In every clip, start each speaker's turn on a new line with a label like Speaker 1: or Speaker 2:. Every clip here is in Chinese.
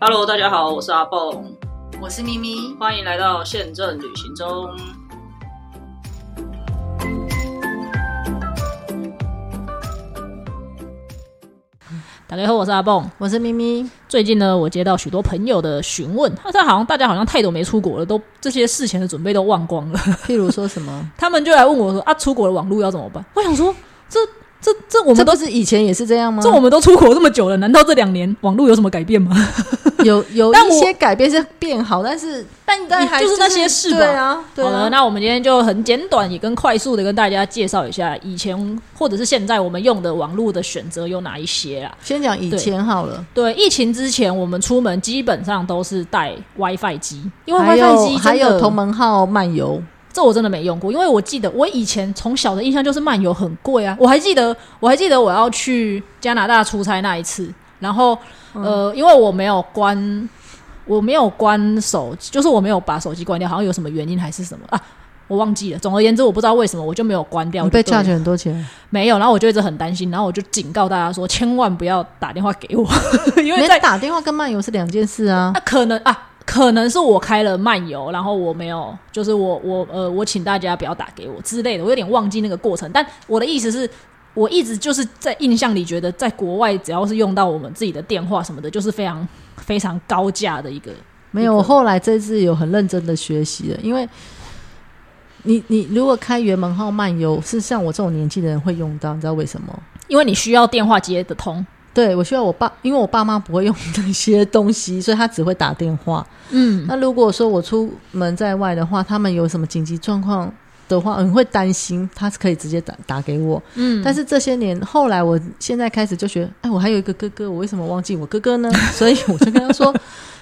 Speaker 1: Hello，大家好，我是阿蹦，
Speaker 2: 我是咪咪，
Speaker 1: 欢迎来到宪政旅行中。大家好，我是阿蹦。
Speaker 2: 我是 咪咪。
Speaker 1: 最近呢，我接到许多朋友的询问，他他好像大家好像太久没出国了，都这些事前的准备都忘光了。？
Speaker 2: 譬如说什么
Speaker 1: 他们就来问我说：“啊，出国的网络要怎么办？”我想说，这这这我
Speaker 2: 我
Speaker 1: 们
Speaker 2: 们
Speaker 1: 都
Speaker 2: 都是以前也是这样吗？
Speaker 1: 这我们都出国这么久了，难道这两年网络有什么改变吗？
Speaker 2: 有 有
Speaker 1: 但
Speaker 2: 一
Speaker 1: 我
Speaker 2: 些改变是变好，但是但但还
Speaker 1: 就是那些事吧
Speaker 2: 对啊，对
Speaker 1: 好了，
Speaker 2: 啊。
Speaker 1: 那我们今天就很简短也跟快速的跟大家介绍一下以前或者是现在我们用的网络的选择有哪一些啦。
Speaker 2: 先讲以前好了，
Speaker 1: 对，疫情之前我们出门基本上都是带 WiFi 机，因为
Speaker 2: 还
Speaker 1: WiFi
Speaker 2: 有
Speaker 1: 机
Speaker 2: 还
Speaker 1: 真
Speaker 2: 有
Speaker 1: 的
Speaker 2: 同门号漫游，
Speaker 1: 这我真的没用过，因为我记得我以前从小的印象就是漫游很贵啊。我还记得，我还记得我要去加拿大出差那一次，然后、
Speaker 2: 嗯
Speaker 1: 呃，因为我没有关，我没有关手机，就是我没有把手机关掉，好像有什么原因还是什么啊，我忘记了。总而言之，我不知道为什么我就没有关掉，
Speaker 2: 你被
Speaker 1: 就对了
Speaker 2: charge 很多钱，
Speaker 1: 没有，然后我就一直很担心，然后我就警告大家说，千万不要打电话给我， 因为
Speaker 2: 连
Speaker 1: 在
Speaker 2: 打电话跟漫游是两件事啊
Speaker 1: 那、。可能啊，可能是我开了漫游，然后我没有，就是我我呃，我请大家不要打给我之类的，我有点忘记那个过程。但我的意思是，我一直就是在印象里觉得，在国外只要是用到我们自己的电话什么的，就是非常非常高价的一个。
Speaker 2: 没有，我后来这次有很认真的学习了，因为你你如果开原门号漫游，是像我这种年纪的人会用到，你知道为什么？
Speaker 1: 因为你需要电话接得通，
Speaker 2: 对我需要我爸，因为我爸妈不会用那些东西，所以他只会打电话。
Speaker 1: 嗯，
Speaker 2: 那如果说我出门在外的话，他们有什么紧急状况的话，嗯，会担心，他是可以直接打打给我。
Speaker 1: 嗯
Speaker 2: 但是这些年后来，我现在开始就觉得，哎，我还有一个哥哥，我为什么忘记我哥哥呢？ 所以我就跟他说，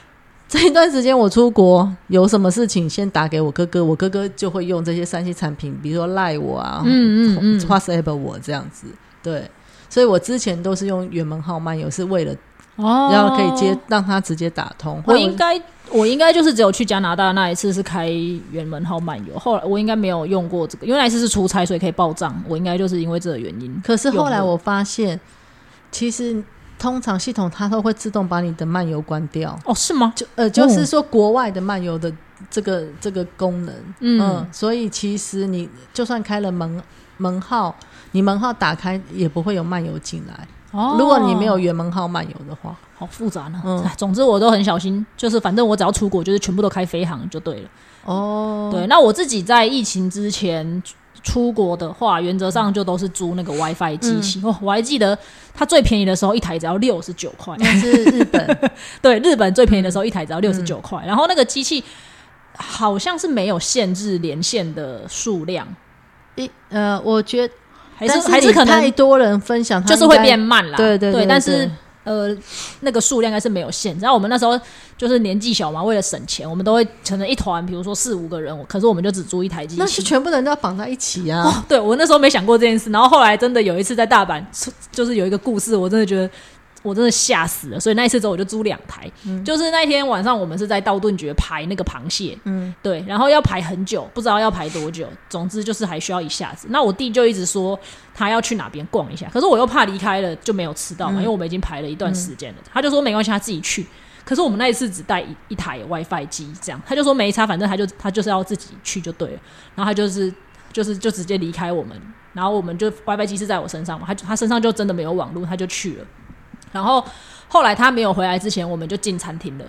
Speaker 2: 这一段时间我出国有什么事情，先打给我哥哥，我哥哥就会用这些三 C 产品，比如说赖我啊，
Speaker 1: 嗯嗯嗯
Speaker 2: WhatsApp 我这样子，对。所以我之前都是用原门号漫游，是为了
Speaker 1: 哦
Speaker 2: 要可以接、。让他直接打通。后
Speaker 1: 我
Speaker 2: 来
Speaker 1: 应该，我应该就是只有去加拿大那一次是开原门号漫游，后来我应该没有用过这个，因为那一次是出差，所以可以报账。我应该就是因为这个原因，
Speaker 2: 可是后来
Speaker 1: 用了
Speaker 2: 我发现，其实通常系统它都会自动把你的漫游关掉，
Speaker 1: 哦，是吗？
Speaker 2: 就呃，就是
Speaker 1: 哦
Speaker 2: 说国外的漫游的这个这个功能，
Speaker 1: 嗯
Speaker 2: 嗯所以其实你就算开了门门号，你门号打开也不会有漫游进来。
Speaker 1: 哦
Speaker 2: 如果你没有原门号漫游的话，
Speaker 1: 好复杂呢。
Speaker 2: 嗯
Speaker 1: 哎总之我都很小心，就是反正我只要出国，就是全部都开飞航就对了。
Speaker 2: 哦，
Speaker 1: 对，那我自己在疫情之前出出国的话，原则上就都是租那个 WiFi
Speaker 2: 嗯
Speaker 1: 机器。哦，我还记得它最便宜的时候一台只要六十九块，
Speaker 2: 那是日本，
Speaker 1: 对，日本最便宜的时候一台只要六十九
Speaker 2: 嗯
Speaker 1: 块，然后那个机器。好像是没有限制连线的数量，
Speaker 2: 一呃，我觉得
Speaker 1: 还是
Speaker 2: 但
Speaker 1: 哎还
Speaker 2: 你
Speaker 1: 是可
Speaker 2: 太
Speaker 1: 能
Speaker 2: 多人分享，它
Speaker 1: 就是
Speaker 2: 应
Speaker 1: 会
Speaker 2: 该
Speaker 1: 变慢啦。
Speaker 2: 对对对
Speaker 1: 但是
Speaker 2: 对
Speaker 1: 呃，那个数量应该是没有限制。然后我们那时候就是年纪小嘛，为了省钱，我们都会可能一团，比如说四五个人，可是我们就只租一台机
Speaker 2: 那是
Speaker 1: 器。
Speaker 2: 全部人都要绑在一起啊。
Speaker 1: 哦，对我那时候没想过这件事，然后后来真的有一次在大阪，出就是有一个故事，我真的觉得我真的吓死了，所以那一次之后我就租两台，就是那一天晚上我们是在道顿崛排那个螃蟹，
Speaker 2: 嗯，
Speaker 1: 对，然后要排很久，不知道要排多久，总之就是还需要一下子。那我弟就一直说他要去哪边逛一下，可是我又怕离开了就没有吃到嘛，因为我们已经排了一段时间了，他就说没关系，他自己去。可是我们那一次只带一一台 WiFi 机，这样他就说没差，反正他就他就是要自己去就对了。然后他就是就是就直接离开我们，然后我们就 WiFi 机是在我身上嘛，他就他身上就真的没有网络，他就去了。然后后来他没有回来之前，我们就进餐厅了。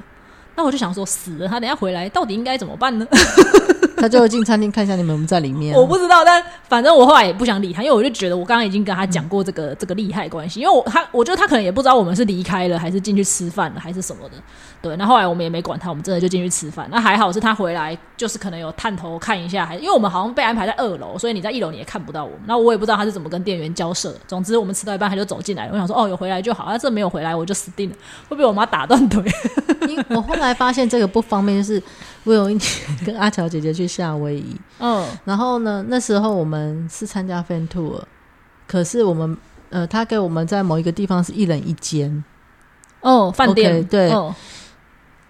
Speaker 1: 那我就想说，死了，他等一下回来到底应该怎么办呢？
Speaker 2: 他就会进餐厅看一下你们有没有在里面啊、
Speaker 1: 我不知道，但反正我后来也不想理他，因为我就觉得我刚刚已经跟他讲过这个、这个利害关系，因为我他我觉得他可能也不知道我们是离开了，还是进去吃饭了，还是什么的。对，那后来我们也没管他，我们真的就进去吃饭。那还好是他回来，就是可能有探头看一下，还因为我们好像被安排在二楼，所以你在一楼你也看不到我们。那我也不知道他是怎么跟店员交涉的。总之我们吃到一半他就走进来了，我想说哦有回来就好，他、啊、这没有回来我就死定了，会被我妈打断腿。
Speaker 2: 因为我后来发现这个不方便，就是我有一年跟阿乔姐姐去夏威夷，
Speaker 1: 嗯
Speaker 2: 然后呢，那时候我们是参加 fan tour，可是我们呃，他给我们在某一
Speaker 1: 嗯
Speaker 2: 个地方是一人一间，
Speaker 1: 哦，饭店
Speaker 2: OK，对
Speaker 1: 嗯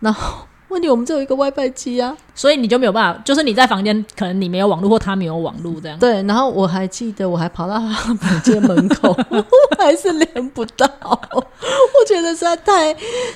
Speaker 2: 然后 问题我们只有一个 WiFi 机啊。
Speaker 1: 所以你就没有办法，就是你在房间，可能你没有网络或他没有网络这样。
Speaker 2: 对，然后我还记得，我还跑到他房间门口， 还是连不到，我觉得实在太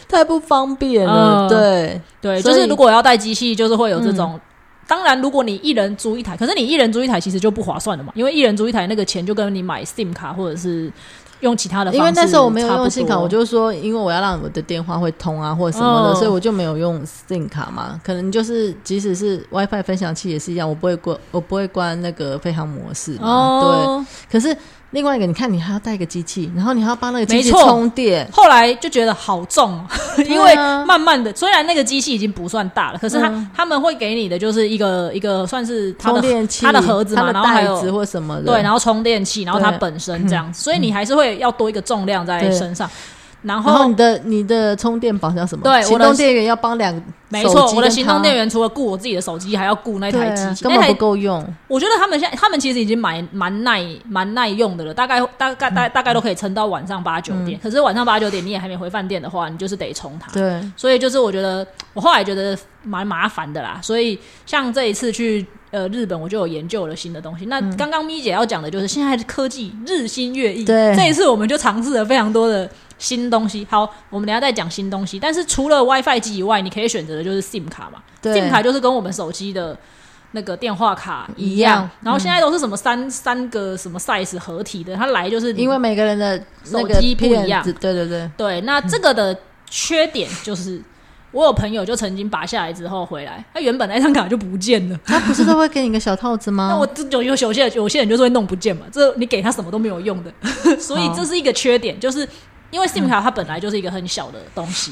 Speaker 2: 太不方便了。
Speaker 1: 嗯
Speaker 2: 对，
Speaker 1: 对，
Speaker 2: 所
Speaker 1: 就
Speaker 2: 以嗯
Speaker 1: 是如果要带机器，就是会有这种。当然，如果你一人租一台，可是你一人租一台其实就不划算了嘛，因为一人租一台那个钱就跟你买 SIM 卡或者是用其他的方式
Speaker 2: 因为那时候我没有
Speaker 1: 差不
Speaker 2: 用
Speaker 1: 多
Speaker 2: SIM 卡，我就说，因为我要让我的电话会通啊，或者什么的，
Speaker 1: 哦
Speaker 2: 所以我就没有用 SIM 卡嘛。可能就是即使是 WiFi 分享器也是一样，我不会关，我不会关那个飞行模式嘛。
Speaker 1: 哦。
Speaker 2: 嗯对，可是另外一个，你看你还要带一个机器，然后你还要帮那个机器
Speaker 1: 没错
Speaker 2: 充电。
Speaker 1: 后来就觉得好重 哦，因
Speaker 2: 对
Speaker 1: 为
Speaker 2: 啊
Speaker 1: 慢慢的，虽然那个机器已经不算大了，可是他、
Speaker 2: 嗯
Speaker 1: 他们会给你的就是一个一个算是它的
Speaker 2: 充电器、
Speaker 1: 它的盒子嘛
Speaker 2: 它的
Speaker 1: 然后还有
Speaker 2: 袋子或什么的，
Speaker 1: 对，然后充电器，然后它
Speaker 2: 对嗯
Speaker 1: 本身这样，所以你还是会要多一个重量在
Speaker 2: 对
Speaker 1: 身上。然
Speaker 2: 然后
Speaker 1: 后
Speaker 2: 你的你的充电宝叫什么？
Speaker 1: 对
Speaker 2: 行
Speaker 1: 我的
Speaker 2: 动电源要帮两，
Speaker 1: 没
Speaker 2: 手
Speaker 1: 错，
Speaker 2: 机
Speaker 1: 我的
Speaker 2: 跟
Speaker 1: 行动
Speaker 2: 它
Speaker 1: 电源除了顾我自己的手机，还要顾那
Speaker 2: 对
Speaker 1: 台
Speaker 2: 啊
Speaker 1: 机器。
Speaker 2: 根
Speaker 1: 那
Speaker 2: 本
Speaker 1: 台
Speaker 2: 不够用。
Speaker 1: 我觉得他们现在他们其实已经蛮蛮耐蛮耐用的了，大概大概大大概都可以撑到晚上八九
Speaker 2: 嗯
Speaker 1: 点。可是晚上八九点你也还没回饭店的话，你就是得充它。
Speaker 2: 对，
Speaker 1: 所以就是我觉得我后来觉得蛮麻烦的啦。所以像这一次去呃日本，我就有研究了新的东西。那
Speaker 2: 嗯
Speaker 1: 刚刚咪姐要讲的就是现在的科技日新月异，
Speaker 2: 对
Speaker 1: 这一次我们就尝试了非常多的。新东西，好，我们等一下再讲新东西。但是除了 WiFi 机以外，你可以选择的就是 SIM 卡嘛。
Speaker 2: 对
Speaker 1: SIM 卡就是跟我们手机的那个电话卡一
Speaker 2: 一样嗯
Speaker 1: 然后现在都是什么三、三个什么 size 合体的，它来就是你
Speaker 2: 因为每个人的那个
Speaker 1: 手机不一样
Speaker 2: 片子对对对，
Speaker 1: 对，那这个的缺点就是，我有朋友就曾经拔下来之后回来，他原本那张卡就不见了。
Speaker 2: 他不是都会给你一个小套子吗？
Speaker 1: 那我这有有有些人有些人就是会弄不见嘛，这你给他什么都没有用的， 所以
Speaker 2: 好
Speaker 1: 这是一个缺点，就是。因
Speaker 2: 嗯
Speaker 1: 为 SIM 卡它本来就是一个很小的东西，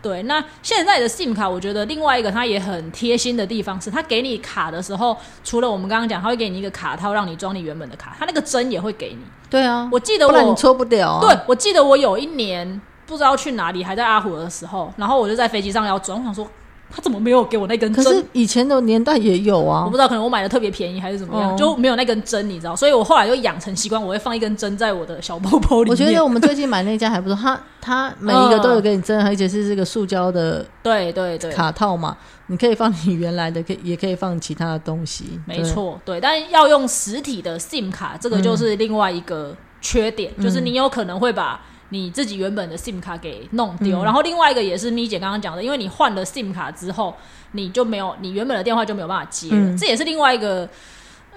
Speaker 1: 对。那现在的 SIM 卡，我觉得另外一个它也很贴心的地方是，它给你卡的时候，除了我们刚刚讲，它会给你一个卡套让你装你原本的卡，它那个针也会给你。
Speaker 2: 对啊，
Speaker 1: 我记得
Speaker 2: 不
Speaker 1: 我
Speaker 2: 然你戳不了啊。
Speaker 1: 对，我记得我有一年不知道去哪里，还在阿虎的时候，然后我就在飞机上要转，我想说他怎么没有给我那根
Speaker 2: 可
Speaker 1: 针？
Speaker 2: 是哦以前的年代也有
Speaker 1: 我
Speaker 2: 啊
Speaker 1: 不，知道，可能我买的特别便宜还是怎么样，
Speaker 2: 哦
Speaker 1: 就没有那根针，你知道？所以我后来就养成习惯，我会放一根针在我的小包包里面。
Speaker 2: 我觉得我们最近买那家还不错，它它每一个都有给你针，而且是这个塑胶的
Speaker 1: 对对对，
Speaker 2: 卡套嘛，你可以放你原来的，可以也可以放其他的东西。
Speaker 1: 没错，对。但要用实体的 SIM 卡，这个就是另外一个缺点，就是你有可能会把。你自己原本的 SIM 卡给弄丢，然后另外一个也是咪姐刚刚讲的，因为你换了 SIM 卡之后，你就没有你原本的电话就没有办法接了，
Speaker 2: 嗯
Speaker 1: 这也是另外一个。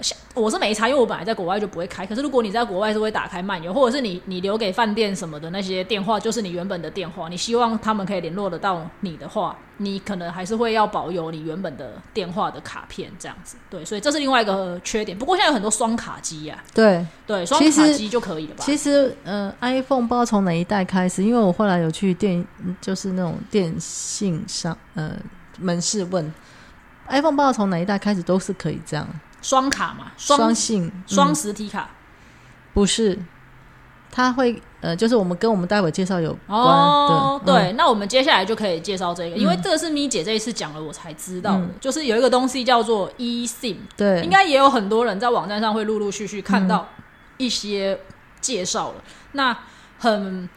Speaker 1: 像我是没差，因为我本来在国外就不会开。可是如果你在国外是会打开漫游，或者是你你留给饭店什么的那些电话，就是你原本的电话，你希望他们可以联络得到你的话，你可能还是会要保有你原本的电话的卡片这样子。对，所以这是另外一个缺点。不过现在有很多双卡机呀、
Speaker 2: 对。对
Speaker 1: 对，双
Speaker 2: 其
Speaker 1: 卡
Speaker 2: 实
Speaker 1: 机就可以了吧？
Speaker 2: 其实，呃，iPhone 不知道从哪一代开始，因为我后来有去电，就是那种电信商，呃，门市问 iPhone 不知道从哪一代开始都是可以这样
Speaker 1: 双卡嘛，双
Speaker 2: 双信
Speaker 1: 双
Speaker 2: 嗯
Speaker 1: 实体卡。
Speaker 2: 不是，它会呃，就是我们跟我们待会介绍有关嗯
Speaker 1: 哦，
Speaker 2: 的，嗯
Speaker 1: 对，那我们接下来就可以介绍这个，因为这个是咪姐这一次讲了，我才知道的，
Speaker 2: 嗯
Speaker 1: 就是有一个东西叫做 eSIM，
Speaker 2: 对嗯
Speaker 1: 应
Speaker 2: 对，
Speaker 1: 该也有很多人在网站上会陆陆续续看到一些介绍了。那很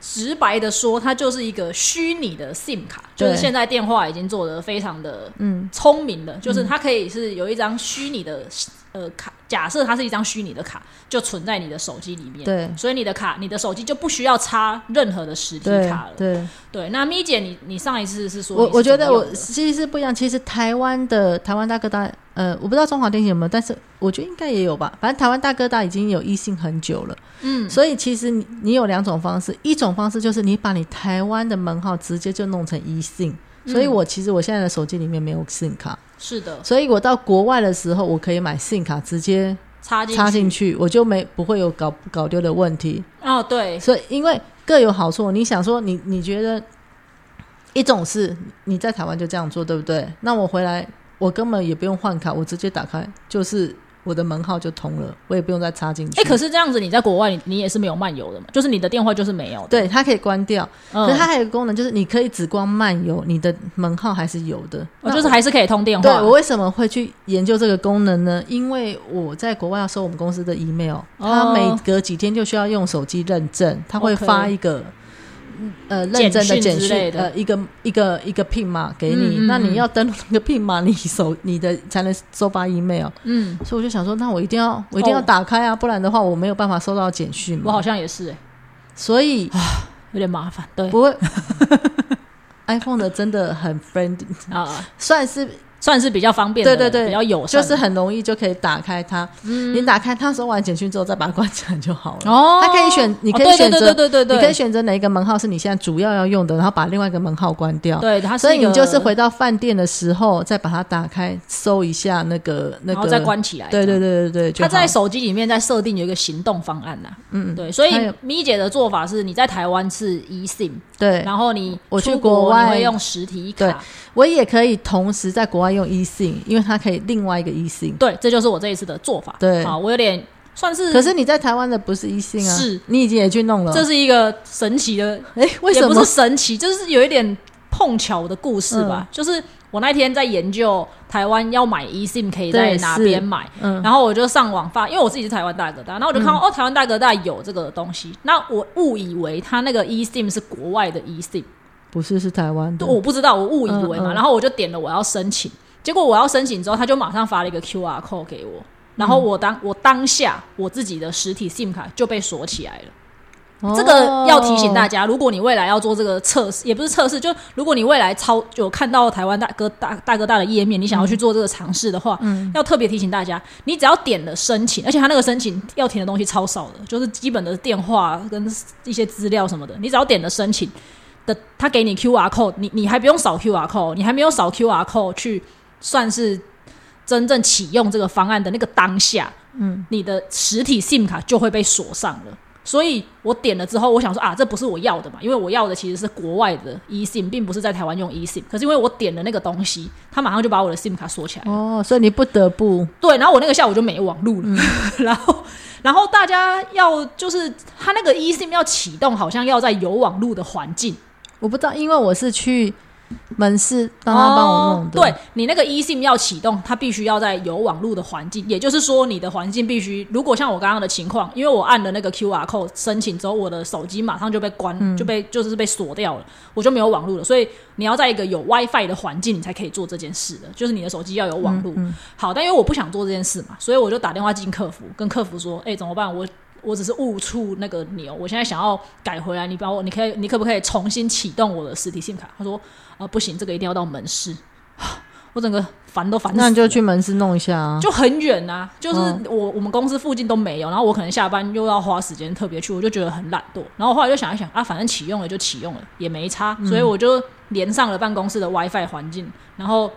Speaker 1: 直白的说，它就是一个虚拟的 SIM 卡，
Speaker 2: 对
Speaker 1: 就是现在电话已经做得非常的
Speaker 2: 嗯，
Speaker 1: 聪明了，就是它可以是有一张虚拟的呃卡，假设它是一张虚拟的卡，就存在你的手机里面。
Speaker 2: 对
Speaker 1: 所以你的卡，你的手机就不需要插任何的实体
Speaker 2: 对
Speaker 1: 卡了。
Speaker 2: 对，
Speaker 1: 对，那咪姐，你你上一次是说
Speaker 2: 我
Speaker 1: 你是
Speaker 2: 我觉
Speaker 1: 怎
Speaker 2: 得
Speaker 1: 么
Speaker 2: 我
Speaker 1: 用的
Speaker 2: 其实是不一样。其实台湾的台湾大哥大，呃，我不知道中华电信有没有，但是我觉得应该也有吧。反正台湾大哥大已经有异性很久了，
Speaker 1: 嗯
Speaker 2: 所以其实你你有两种方式，一种方式就是你把你台湾的门号直接就弄成一信。
Speaker 1: 嗯
Speaker 2: 所以，我其实我现在的手机里面没有 SIM 卡，
Speaker 1: 是的，
Speaker 2: 所以我到国外的时候，我可以买 SIM 卡直接
Speaker 1: 插进
Speaker 2: 插
Speaker 1: 去
Speaker 2: 进去，我就没不会有搞搞丢的问题。
Speaker 1: 哦，对，
Speaker 2: 所以因为各有好处，你想说你你觉得一种是你在台湾就这样做，对不对？那我回来我根本也不用换卡，我直接打开就是我的门号就通了，我也不用再插进去。
Speaker 1: 哎、可是这样子，你在国外你你也是没有漫游的嘛？就是你的电话就是没有的。，
Speaker 2: 对，它可以关掉，
Speaker 1: 嗯，
Speaker 2: 可是它还有一个功能，就是你可以只光漫游，你的门号还是有的。
Speaker 1: 我
Speaker 2: 那
Speaker 1: 哦就是还是可以通电话。啊
Speaker 2: 对我为什么会去研究这个功能呢？因为我在国外要收我们公司的 email，、
Speaker 1: 哦
Speaker 2: 它每隔几天就需要用手机认证，它会
Speaker 1: OK
Speaker 2: 发一个呃认真的
Speaker 1: 简讯
Speaker 2: 简
Speaker 1: 之
Speaker 2: 讯
Speaker 1: 类的
Speaker 2: 呃一个一个一个 pin 码给你，
Speaker 1: 嗯嗯
Speaker 2: 那
Speaker 1: 嗯
Speaker 2: 你要登录那个 pin 码，你手你的才能收发 email。
Speaker 1: 嗯，
Speaker 2: 所以我就想说，那我一定要我一定要
Speaker 1: 哦
Speaker 2: 打开啊，不然的话我没有办法收到简讯
Speaker 1: 我好哎
Speaker 2: 嘛。
Speaker 1: 像也是、欸，
Speaker 2: 所以
Speaker 1: 有点麻烦。对
Speaker 2: 不会 ，iPhone 的真的很 friendly，
Speaker 1: 啊，
Speaker 2: 算是
Speaker 1: 算是比较方便的，
Speaker 2: 对对对
Speaker 1: 比较友善
Speaker 2: 就
Speaker 1: 的，
Speaker 2: 是很容易就可以打开它。
Speaker 1: 嗯
Speaker 2: 你打开它收完简讯之后再把它关起来就好了。
Speaker 1: 哦，
Speaker 2: 它可以选你可以
Speaker 1: 哦对
Speaker 2: 选择
Speaker 1: 对对 对对对，
Speaker 2: 你可以选择哪一个门号是你现在主要要用的，然后把另外一个门号关掉。
Speaker 1: 对，它
Speaker 2: 所
Speaker 1: 是
Speaker 2: 以
Speaker 1: 一个
Speaker 2: 你就是回到饭店的时候再把它打开，搜一下那个那
Speaker 1: 然后
Speaker 2: 个，
Speaker 1: 再关起来，
Speaker 2: 对对对对对，就
Speaker 1: 他
Speaker 2: 好
Speaker 1: 在手机里面在设定有一个行动方案呐、嗯，对，所以
Speaker 2: 还有
Speaker 1: 咪姐的做法是，你在台湾是 eSIM，
Speaker 2: 对，
Speaker 1: 然后你
Speaker 2: 我
Speaker 1: 出
Speaker 2: 去
Speaker 1: 国
Speaker 2: 国外
Speaker 1: 你会用实体
Speaker 2: 对
Speaker 1: 卡，
Speaker 2: 我也可以同时在国外用 eSIM，因为它可以另外一个 eSIM。
Speaker 1: 对，这就是我这一次的做法。
Speaker 2: 对
Speaker 1: 好，我有点算是，
Speaker 2: 可是你在台湾的不是 eSIM 啊，
Speaker 1: 是
Speaker 2: 你已经也去弄了，
Speaker 1: 这是一个神奇的，
Speaker 2: 哎，嗯为
Speaker 1: 也
Speaker 2: 什
Speaker 1: 不
Speaker 2: 么
Speaker 1: 是？神奇，就是有一点碰巧的故事
Speaker 2: 嗯
Speaker 1: 吧。就是我那天在研究台湾要买 eSIM 可以在
Speaker 2: 对
Speaker 1: 哪
Speaker 2: 是
Speaker 1: 边买，
Speaker 2: 嗯，
Speaker 1: 然后我就上网发，因为我自己是台湾大哥大，然后我就看到、哦，台湾大哥大有这个东西，那我误以为他那个 eSIM 是国外的 eSIM，
Speaker 2: 不是是台湾的
Speaker 1: 对，，我不知道，我误以为嘛，
Speaker 2: 嗯嗯嗯
Speaker 1: 然后我就点了我要申请，结果我要申请之后，他就马上发了一个 QR code 给我，然后我
Speaker 2: 嗯
Speaker 1: 当我当下我自己的实体 SIM 卡就被锁起来了。哦这个要提醒大
Speaker 2: 家。
Speaker 1: 家，如果你未来要做这个测试，也不是测试，就如果你未来超有看到台湾大哥大大哥大的页面，你想要去做这个尝试的话，要特别提醒大家，你只要点了申请，而且他那个申请要填的东西超少的，就是基本的电话跟一些资料什么的，你只要点了申请的，他给你 QR code，你你还不用扫 QR code，你还没有扫 QR code 去算是真正启用这个方案的那个当下，嗯，你的实体 SIM 卡就会被锁上了。所以我点了之后，我想说啊，这不是我要的嘛，因为我要的其实是国外的 eSIM，并不是在台湾用 eSIM。可是因为我点了那个东西，他马上就把我的 SIM 卡锁起来了。
Speaker 2: 哦，所以你不得不
Speaker 1: 对，然后我那个下午就没网路了， 然后然后大家要就是他那个 eSIM 要启动，好像要在有网路的环境，
Speaker 2: 我不知道，因为我是去门市让他帮我弄的。
Speaker 1: 哦对你那个 eSIM 要启动，它必须要在有网络的环境，也就是说，你的环境必须，如果像我刚刚的情况，因为我按了那个 QR code 申请之后，我的手机马上就被关，
Speaker 2: 嗯
Speaker 1: 就被就是被锁掉了，我就没有网络了。所以你要在一个有 WiFi 的环境，你才可以做这件事的，就是你的手机要有网络。
Speaker 2: 嗯
Speaker 1: 好，但因为我不想做这件事嘛，所以我就打电话进客服，跟客服说：“哎、怎么办？我我只是误触那个钮，我现在想要改回来，你帮我，你可以，你可不可以重新启动我的实体信卡？”他说：“啊、不行，这个一定要到门市。” 我整个烦都烦死了，
Speaker 2: 那你就去门市弄一下啊。
Speaker 1: 就很远啊，就是
Speaker 2: 嗯
Speaker 1: 我我们公司附近都没有，然后我可能下班又要花时间特别去，我就觉得很懒惰。然后后来就想一想啊，反正启用了就启用了，也没差，
Speaker 2: 嗯
Speaker 1: 所以我就连上了办公室的 WiFi 环境，然后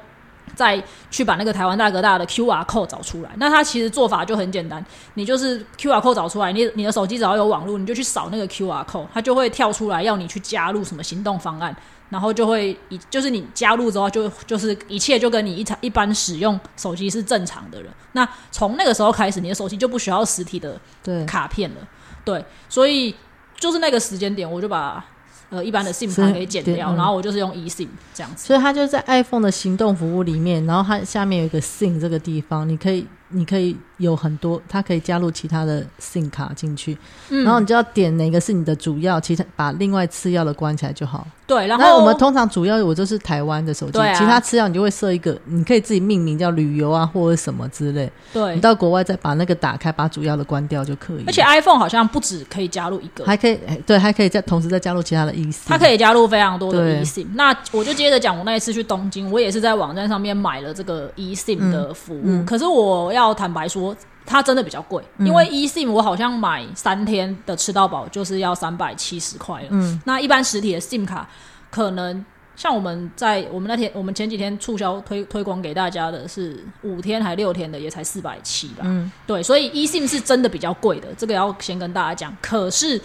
Speaker 1: 再去把那个台湾大哥大的 QR code 找出来。那它其实做法就很简单，你就是 QR code 找出来，你你的手机只要有网络，你就去扫那个 QR code，它就会跳出来要你去加入什么行动方案，然后就会一就是你加入之后就就是一切就跟你一常一般使用手机是正常的人。那从那个时候开始，你的手机就不需要实体的
Speaker 2: 对，
Speaker 1: 卡片
Speaker 2: 嗯
Speaker 1: 了，对，所以就是那个时间点，我就把呃一般的 SIM 卡
Speaker 2: 是
Speaker 1: 给剪
Speaker 2: 点
Speaker 1: 掉，
Speaker 2: 嗯
Speaker 1: 然后我就是用 eSIM 这样子。
Speaker 2: 所以它就在 iPhone 的行动服务里面，然后它下面有一个 SIM 这个地方，你可以你可以有很多，它可以加入其他的 SIM 卡进去，
Speaker 1: 嗯
Speaker 2: 然后你就要点哪个是你的主要，其他把另外次要的关起来就好。
Speaker 1: 对，然
Speaker 2: 那
Speaker 1: 后
Speaker 2: 我们通常主要我就是台湾的手机，
Speaker 1: 对啊
Speaker 2: 其他次要你就会设一个，你可以自己命名叫旅游啊或者什么之类。
Speaker 1: 对
Speaker 2: 你，到国外再把那个打开，把主要的关掉就可以了。
Speaker 1: 而且 iPhone 好像不止可以加入一个，
Speaker 2: 还可以，哎对，还可以再同时再加入其他的 E 意思。
Speaker 1: 它可以加入非常多的
Speaker 2: 对
Speaker 1: eSIM。那我就接着讲，我那一次去东京，我也是在网站上面买了这个
Speaker 2: 嗯
Speaker 1: eSIM 的服务，可是我要坦白说。它真的比较贵，
Speaker 2: 嗯
Speaker 1: 因为 eSIM 我好像买三天的吃到饱就是要三百七十块了。
Speaker 2: 嗯
Speaker 1: 那一般实体的 SIM 卡，可能像我们在我们那天我们前几天促销推推广给大家的是五天还六天的，也才四百七吧。
Speaker 2: 嗯
Speaker 1: 对，所以 eSIM 是真的比较贵的，这个要先跟大家讲。可是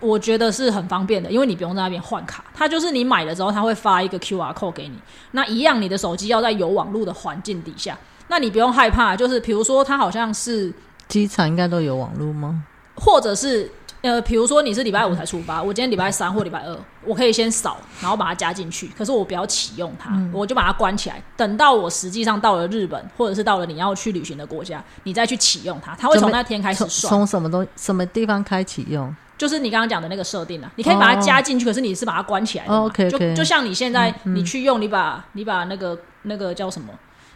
Speaker 1: 我觉得是很方便的，因为你不用在那边换卡，它就是你买了之后，它会发一个 QR code 给你。那一样，你的手机要在有网络的环境底下，那你不用害怕。就是比如说，它好像是，
Speaker 2: 机场应该都有网络吗？
Speaker 1: 或者是呃，比如说你是礼拜五才出发，我今天礼拜三或礼拜二，我可以先扫，然后把它加进去。可是我不要启用它，我就把它关起来，等到我实际上到了日本，或者是到了你要去旅行的国家，你再去启用它，它会
Speaker 2: 就
Speaker 1: 从
Speaker 2: 没
Speaker 1: 那天开始
Speaker 2: 从
Speaker 1: 算。
Speaker 2: 从什么东什么地方开启用？
Speaker 1: 就是你刚刚讲的那个设定啊，你可以把它加进去，可是你是把它关起来的嘛。
Speaker 2: 哦，OK，OK 嗯
Speaker 1: 就就像你现在你去用，你把你把那个那个叫什么？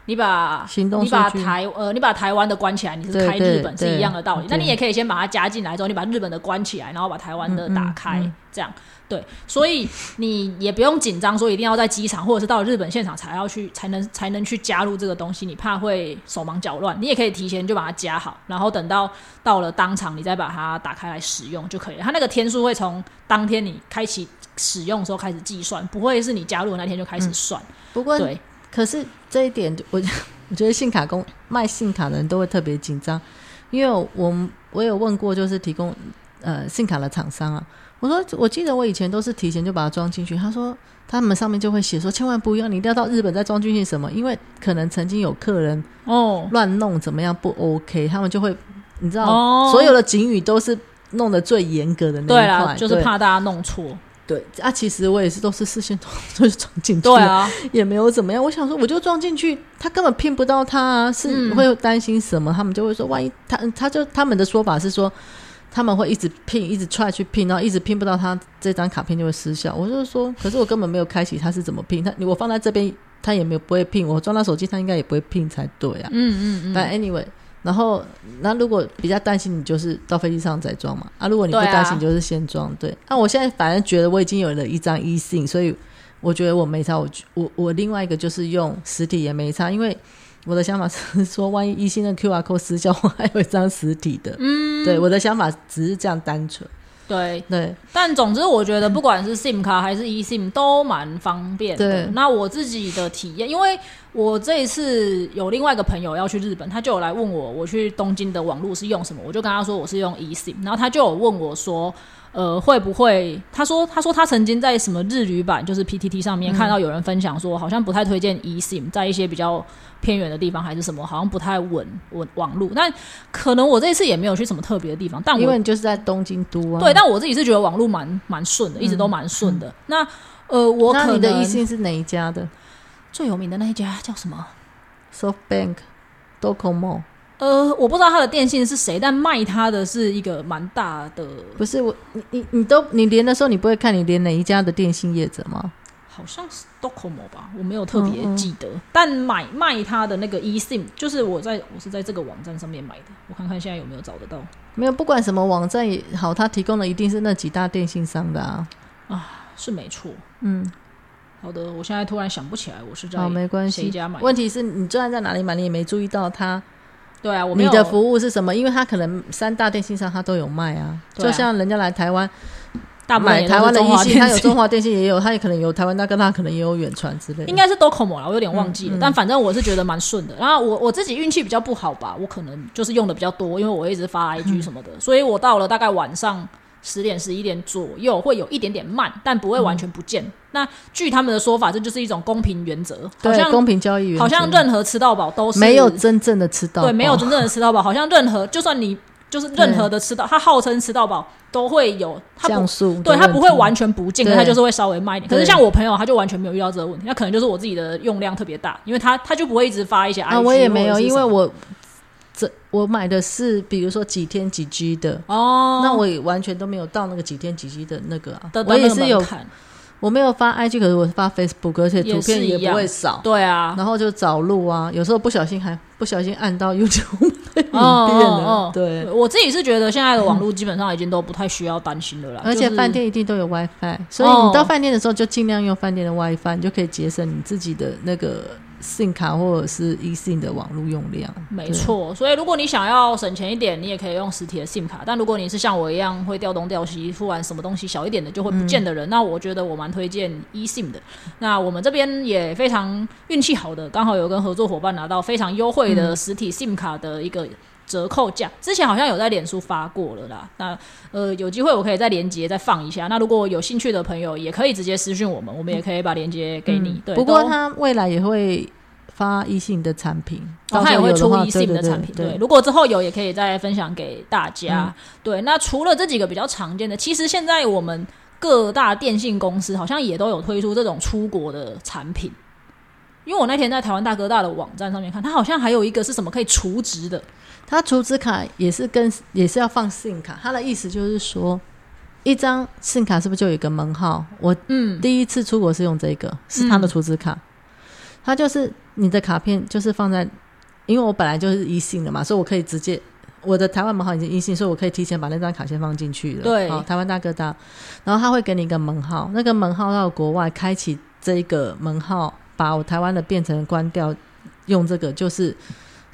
Speaker 1: 你把
Speaker 2: 行动
Speaker 1: 你把
Speaker 2: 数据
Speaker 1: 台呃，你把台湾的关起来，你是
Speaker 2: 对
Speaker 1: 开
Speaker 2: 对
Speaker 1: 日本
Speaker 2: 对
Speaker 1: 是一样的道理。那
Speaker 2: 对
Speaker 1: 你也可以先把它加进来之后，你把日本的关起来，然后把台湾的打
Speaker 2: 嗯
Speaker 1: 开，这样对。所以你也不用紧张，说一定要在机场或者是到日本现场才要去，才能才能去加入这个东西，你怕会手忙脚乱。你也可以提前就把它加好，然后等到到了当场，你再把它打开来使用就可以了。它那个天数会从当天你开启使用的时候开始计算，不会是你加入的那天就开始算。
Speaker 2: 不过
Speaker 1: 对，
Speaker 2: 可是这一点，我我觉得信卡公卖信卡的人都会特别紧张，因为我们我有问过，就是提供呃信卡的厂商啊，我说我记得我以前都是提前就把它装进去，他说他们上面就会写说千万不要，你一定要到日本再装进去什么，因为可能曾经有客人
Speaker 1: 哦，
Speaker 2: 乱弄怎么样不 OK，他们就会你知道、
Speaker 1: 哦
Speaker 2: 所有的警语都是弄得最严格的那
Speaker 1: 对
Speaker 2: 一
Speaker 1: 啦，
Speaker 2: 块，
Speaker 1: 就是
Speaker 2: 对
Speaker 1: 怕大家弄错。
Speaker 2: 对啊，其实我也是都是事先都都是装进去，
Speaker 1: 对，啊，
Speaker 2: 也没有怎么样。我想说，我就撞进去，他根本骗不到他、啊，是
Speaker 1: 嗯
Speaker 2: 会担心什么？他们就会说，万一他他就他们的说法是说，他们会一直拼，一直 try 去拼，然后一直拼不到他这张卡片就会失效。我就说，可是我根本没有开启他是怎么拼，他我放在这边他也没有不会拼，我装到手机他应该也不会拼才对啊。
Speaker 1: 嗯嗯嗯，
Speaker 2: 但 anyway，然后那如果比较担心，你就是到飞机上再装嘛。啊，如果你不
Speaker 1: 对啊
Speaker 2: 担心，你就是先装。对，那、我现在反正觉得我已经有了一张 e 信，所以我觉得我没差。我我我另外一个就是用实体也没差，因为我的想法是说，万一一信的 QR code 失效，我还有一张实体的。嗯，对，我的想法只是这样单纯。
Speaker 1: 对。
Speaker 2: 对，
Speaker 1: 但总之，我觉得不管是 SIM 卡还是 eSIM 都蛮方便的
Speaker 2: 对。
Speaker 1: 那我自己的体验，因为我这一次有另外一个朋友要去日本，他就有来问我，我去东京的网络是用什么，我就跟他说我是用 eSIM，然后他就有问我说。呃，会不会？他说，他说他曾经在什么日语版，就是 PTT 上面看到有人分享说，好像不太推荐 eSIM，在一些比较偏远的地方还是什么，好像不太稳稳网络。但可能我这一次也没有去什么特别的地方，但我
Speaker 2: 因为你就是在东京都啊。
Speaker 1: 对，但我自己是觉得网络蛮蛮顺的，一直都蛮顺的。那呃，我
Speaker 2: 嗯那
Speaker 1: 可
Speaker 2: 你的 e
Speaker 1: 能
Speaker 2: 信是哪一家的
Speaker 1: 最有名的那一家叫什么？
Speaker 2: ？SoftBank、Docomo
Speaker 1: 呃，我不知道他的电信是谁，但卖他的是一个蛮大的，
Speaker 2: 不是我，你你你都你连的时候，你不会看你连哪一家的电信业者吗？
Speaker 1: 好像是 Docomo 吧，我没有特
Speaker 2: 嗯
Speaker 1: 别记得。但买卖他的那个 eSIM，就是我在我是在这个网站上面买的，我看看现在有没有找得到。
Speaker 2: 没有，不管什么网站也好，它提供的一定是那几大电信商的啊。
Speaker 1: 是没错，
Speaker 2: 嗯，
Speaker 1: 好的，我现在突然想不起来我是在
Speaker 2: 好，没关
Speaker 1: 谁
Speaker 2: 系。
Speaker 1: 家买的。
Speaker 2: 问题是你就算在哪里买，你也没注意到它
Speaker 1: 对啊，我没
Speaker 2: 你
Speaker 1: 有
Speaker 2: 的服务是什么，因为它可能三大电信商它都有卖啊。
Speaker 1: 对啊
Speaker 2: 就像人家来台湾
Speaker 1: 大部分
Speaker 2: 买
Speaker 1: 也都是
Speaker 2: 台湾的
Speaker 1: 中
Speaker 2: 一
Speaker 1: 华
Speaker 2: 信，它
Speaker 1: 电
Speaker 2: 有
Speaker 1: 信
Speaker 2: 中华电信也有，它也可能有台湾大哥大，可能也有远传之类的。
Speaker 1: 应该是 Docomo 啦，我有点忘
Speaker 2: 嗯
Speaker 1: 记了，但反正我是觉得蛮顺的。然后我我自己运气比较不好吧，我可能就是用的比较多，因为我一直发
Speaker 2: 嗯
Speaker 1: IG 什么的，所以我到了大概晚上十点十一点左右会有一点点慢，但不会完
Speaker 2: 嗯
Speaker 1: 全不见。那据他们的说法，这就是一种公平原则，好
Speaker 2: 对
Speaker 1: 像
Speaker 2: 公平交易原则，
Speaker 1: 好像任何吃到饱都是
Speaker 2: 没有真正的吃到饱，
Speaker 1: 对，没有真正的吃到饱，好像任何就算你就是任何的吃到，他号称吃到饱都会有，他不
Speaker 2: 降速的问题，
Speaker 1: 对他不会完全不进，
Speaker 2: 对
Speaker 1: 他就是会稍微慢一点。可是
Speaker 2: 对
Speaker 1: 像我朋友，他就完全没有遇到这个问题，那可能就是我自己的用量特别大，因为他他就不会一直发一些 IG
Speaker 2: 啊，我也没
Speaker 1: 或
Speaker 2: 有，
Speaker 1: 者是
Speaker 2: 因为
Speaker 1: 什么
Speaker 2: 我这我买的是比如说几天几 G 的，
Speaker 1: 哦，
Speaker 2: 那我也完全都没有到那个几天几 G 的那个啊。
Speaker 1: 的的
Speaker 2: 我也
Speaker 1: 那个
Speaker 2: 是有
Speaker 1: 门，槛
Speaker 2: 我没有发 IG，可是我发 Facebook，而且图
Speaker 1: 也是
Speaker 2: 片也
Speaker 1: 一样
Speaker 2: 不会少。
Speaker 1: 对啊，
Speaker 2: 然后就找路啊，有时候不小心还不小心按到 YouTube 的影片
Speaker 1: 哦
Speaker 2: 了
Speaker 1: 哦，
Speaker 2: 对，
Speaker 1: 我自己是觉得现在的网络基本上已经都不太需要担心了啦，
Speaker 2: 而且
Speaker 1: 就是哦
Speaker 2: 饭店一定都有 WiFi，所以你到饭店的时候就尽量用饭店的 WiFi，你就可以节省你自己的那个 SIM 卡或者是 eSIM 的网络用量。
Speaker 1: 没
Speaker 2: 对
Speaker 1: 错，所以如果你想要省钱一点，你也可以用实体的 SIM 卡。但如果你是像我一样会掉东掉西，忽然什么东西小一点的就会不见的
Speaker 2: 嗯
Speaker 1: 人，那我觉得我蛮推荐 eSIM 的。那我们这边也非常运气好的，刚好有跟合作伙伴拿到非常优惠
Speaker 2: 嗯
Speaker 1: 的实体 SIM 卡的一个折扣价，之前好像有在脸书发过了啦。那呃，有机会我可以再连接再放一下。那如果有兴趣的朋友，也可以直接私讯我们，我们也可以把连接给你。嗯对，
Speaker 2: 嗯不过
Speaker 1: 都
Speaker 2: 它未来也会发异性的产品，
Speaker 1: 哦
Speaker 2: 到，时
Speaker 1: 它也
Speaker 2: 候
Speaker 1: 会
Speaker 2: 有
Speaker 1: 出
Speaker 2: 话
Speaker 1: eSIM 的产品，
Speaker 2: 对嗯对对
Speaker 1: 如果之后有，也可以再分享给大家。对，那除了这几个比较常见的，其实现在我们各大电信公司好像也都有推出这种出国的产品。因为我那天在台湾大哥大的网站上面看，它好像还有一个是什么可以储值的，
Speaker 2: 它储值卡也是跟也是要放 SIM 卡，它的意思就是说，一张信卡是不是就有一个门号？我
Speaker 1: 嗯，
Speaker 2: 第一次出国是用这个，是他的
Speaker 1: 嗯
Speaker 2: 储值卡，它就是你的卡片就是放在，因为我本来就是一信的嘛，所以我可以直接我的台湾门号已经一信，所以我可以提前把那张卡先放进去了。哦
Speaker 1: 对
Speaker 2: 好，台湾大哥大，然后他会给你一个门号，那个门号到国外开启这个门号，把我台湾的变成关掉，用这个就是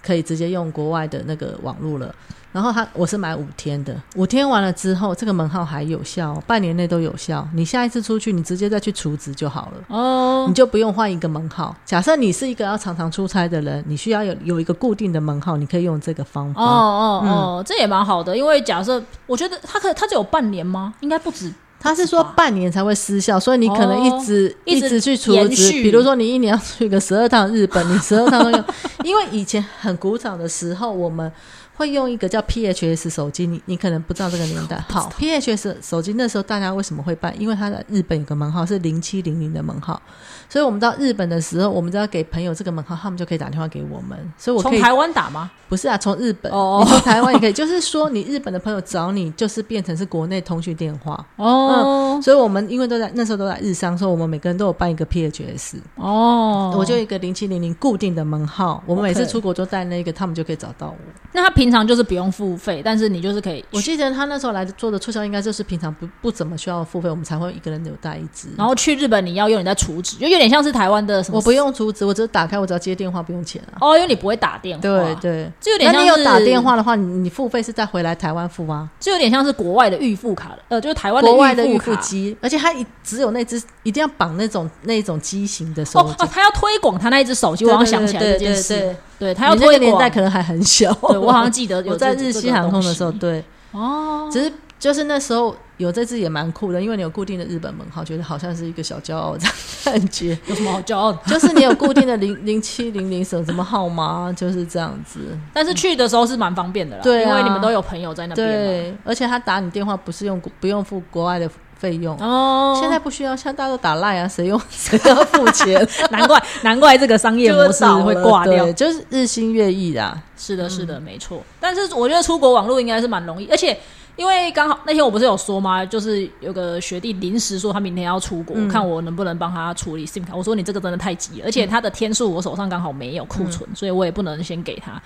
Speaker 2: 可以直接用国外的那个网络了。然后他我是买五天的，五天完了之后，这个门号还有效哦、半年内都有效。你下一次出去，你直接再去储值就好了。
Speaker 1: 哦
Speaker 2: 你，就不用换一个门号。假设你是一个要常常出差的人，你需要有有一个固定的门号，你可以用这个方法。
Speaker 1: 哦哦哦，
Speaker 2: 嗯
Speaker 1: 这也蛮好的，因为假设我觉得他可他只有半年吗？应该不止，
Speaker 2: 他是说半年才会失效，所以你可能一直、
Speaker 1: 一直
Speaker 2: 直去储
Speaker 1: 延
Speaker 2: 值。
Speaker 1: 续
Speaker 2: 比如说，你一年要去个十二趟日本，你十二趟都用。 因为以前很古早的时候，我们会用一个叫 PHS 手机，你你可能 不知道这个年代。好，PHS 手机那时候大家为什么会办？因为它在日本有个门号是零七零零的门号，所以我们到日本的时候，我们只要给朋友这个门号，他们就可以打电话给我们。所以我可
Speaker 1: 从
Speaker 2: 以
Speaker 1: 台湾打吗？
Speaker 2: 不是啊，从日本，
Speaker 1: 哦
Speaker 2: 你从台湾也可以， 就是说你日本的朋友找你，就是变成是国内通讯电话。
Speaker 1: 哦
Speaker 2: 所以我们因为都在那时候都在日商，所以我们每个人都有办一个 PHS，、
Speaker 1: 哦，
Speaker 2: 我就有一个零七零零固定的门号，我们每次
Speaker 1: OK
Speaker 2: 出国都带那个，他们就可以找到我。
Speaker 1: 那他平常就是不用付费，但是你就是可以
Speaker 2: 我记得他那时候来做的促销，应该就是平常不不怎么需要付费，我们才会一个人有带一支。
Speaker 1: 然后去日本你要用你在储值，就有点像是台湾的什么，
Speaker 2: 我不用储值，我只是打开，我只要接电话，不用钱啊。
Speaker 1: 哦，因为你不会打电话，
Speaker 2: 对，对，
Speaker 1: 这有点
Speaker 2: 那
Speaker 1: 像
Speaker 2: 你
Speaker 1: 是
Speaker 2: 有打电，话的话，你你付费是再回来台湾付啊。
Speaker 1: 这有点像是国外的预付卡了，呃，就是台湾
Speaker 2: 国外的预
Speaker 1: 预
Speaker 2: 付
Speaker 1: 付卡
Speaker 2: 机，而且它一只有那只一定要绑那种那种机型的手
Speaker 1: 哦
Speaker 2: 机
Speaker 1: 哦，。他要推广他那一只手机，我好像想起来这件事，，对他要
Speaker 2: 你那
Speaker 1: 推
Speaker 2: 个年代
Speaker 1: 广，
Speaker 2: 可能还很小。
Speaker 1: 对我好 像记得有
Speaker 2: 我在
Speaker 1: 这
Speaker 2: 日系航空的时，候，
Speaker 1: 这个
Speaker 2: 对，
Speaker 1: 东西哦，
Speaker 2: 只是就是那时候有这只也蛮酷的，因为你有固定的日本门号，觉得好像是一个小骄傲这样的感 觉。
Speaker 1: 有什么好骄傲的？
Speaker 2: 就是你有固定的零零七零零什么什么号码，就是这样子。
Speaker 1: 但是去的时候是蛮方便的啦，
Speaker 2: 对啊
Speaker 1: 因为你们都有朋友在那边
Speaker 2: 对，而且他打你电话不是用不用付国外的费用，
Speaker 1: 嘛。哦，
Speaker 2: 现在不需要，现在大家都打赖啊，谁用 谁要付钱？
Speaker 1: 难怪难怪这个商业模式会挂掉
Speaker 2: 对，就是日新月异啦。
Speaker 1: 是的，是的，没错。但是我觉得出国网络应该是蛮容易，而且因为刚好那天我不是有说吗？就是有个学弟临时说他明天要出国，
Speaker 2: 嗯
Speaker 1: 看我能不能帮他处理 SIM 卡。我说你这个真的太急了，而且他的天数我手上刚好没有
Speaker 2: 嗯
Speaker 1: 库存，所以我也不能先给他。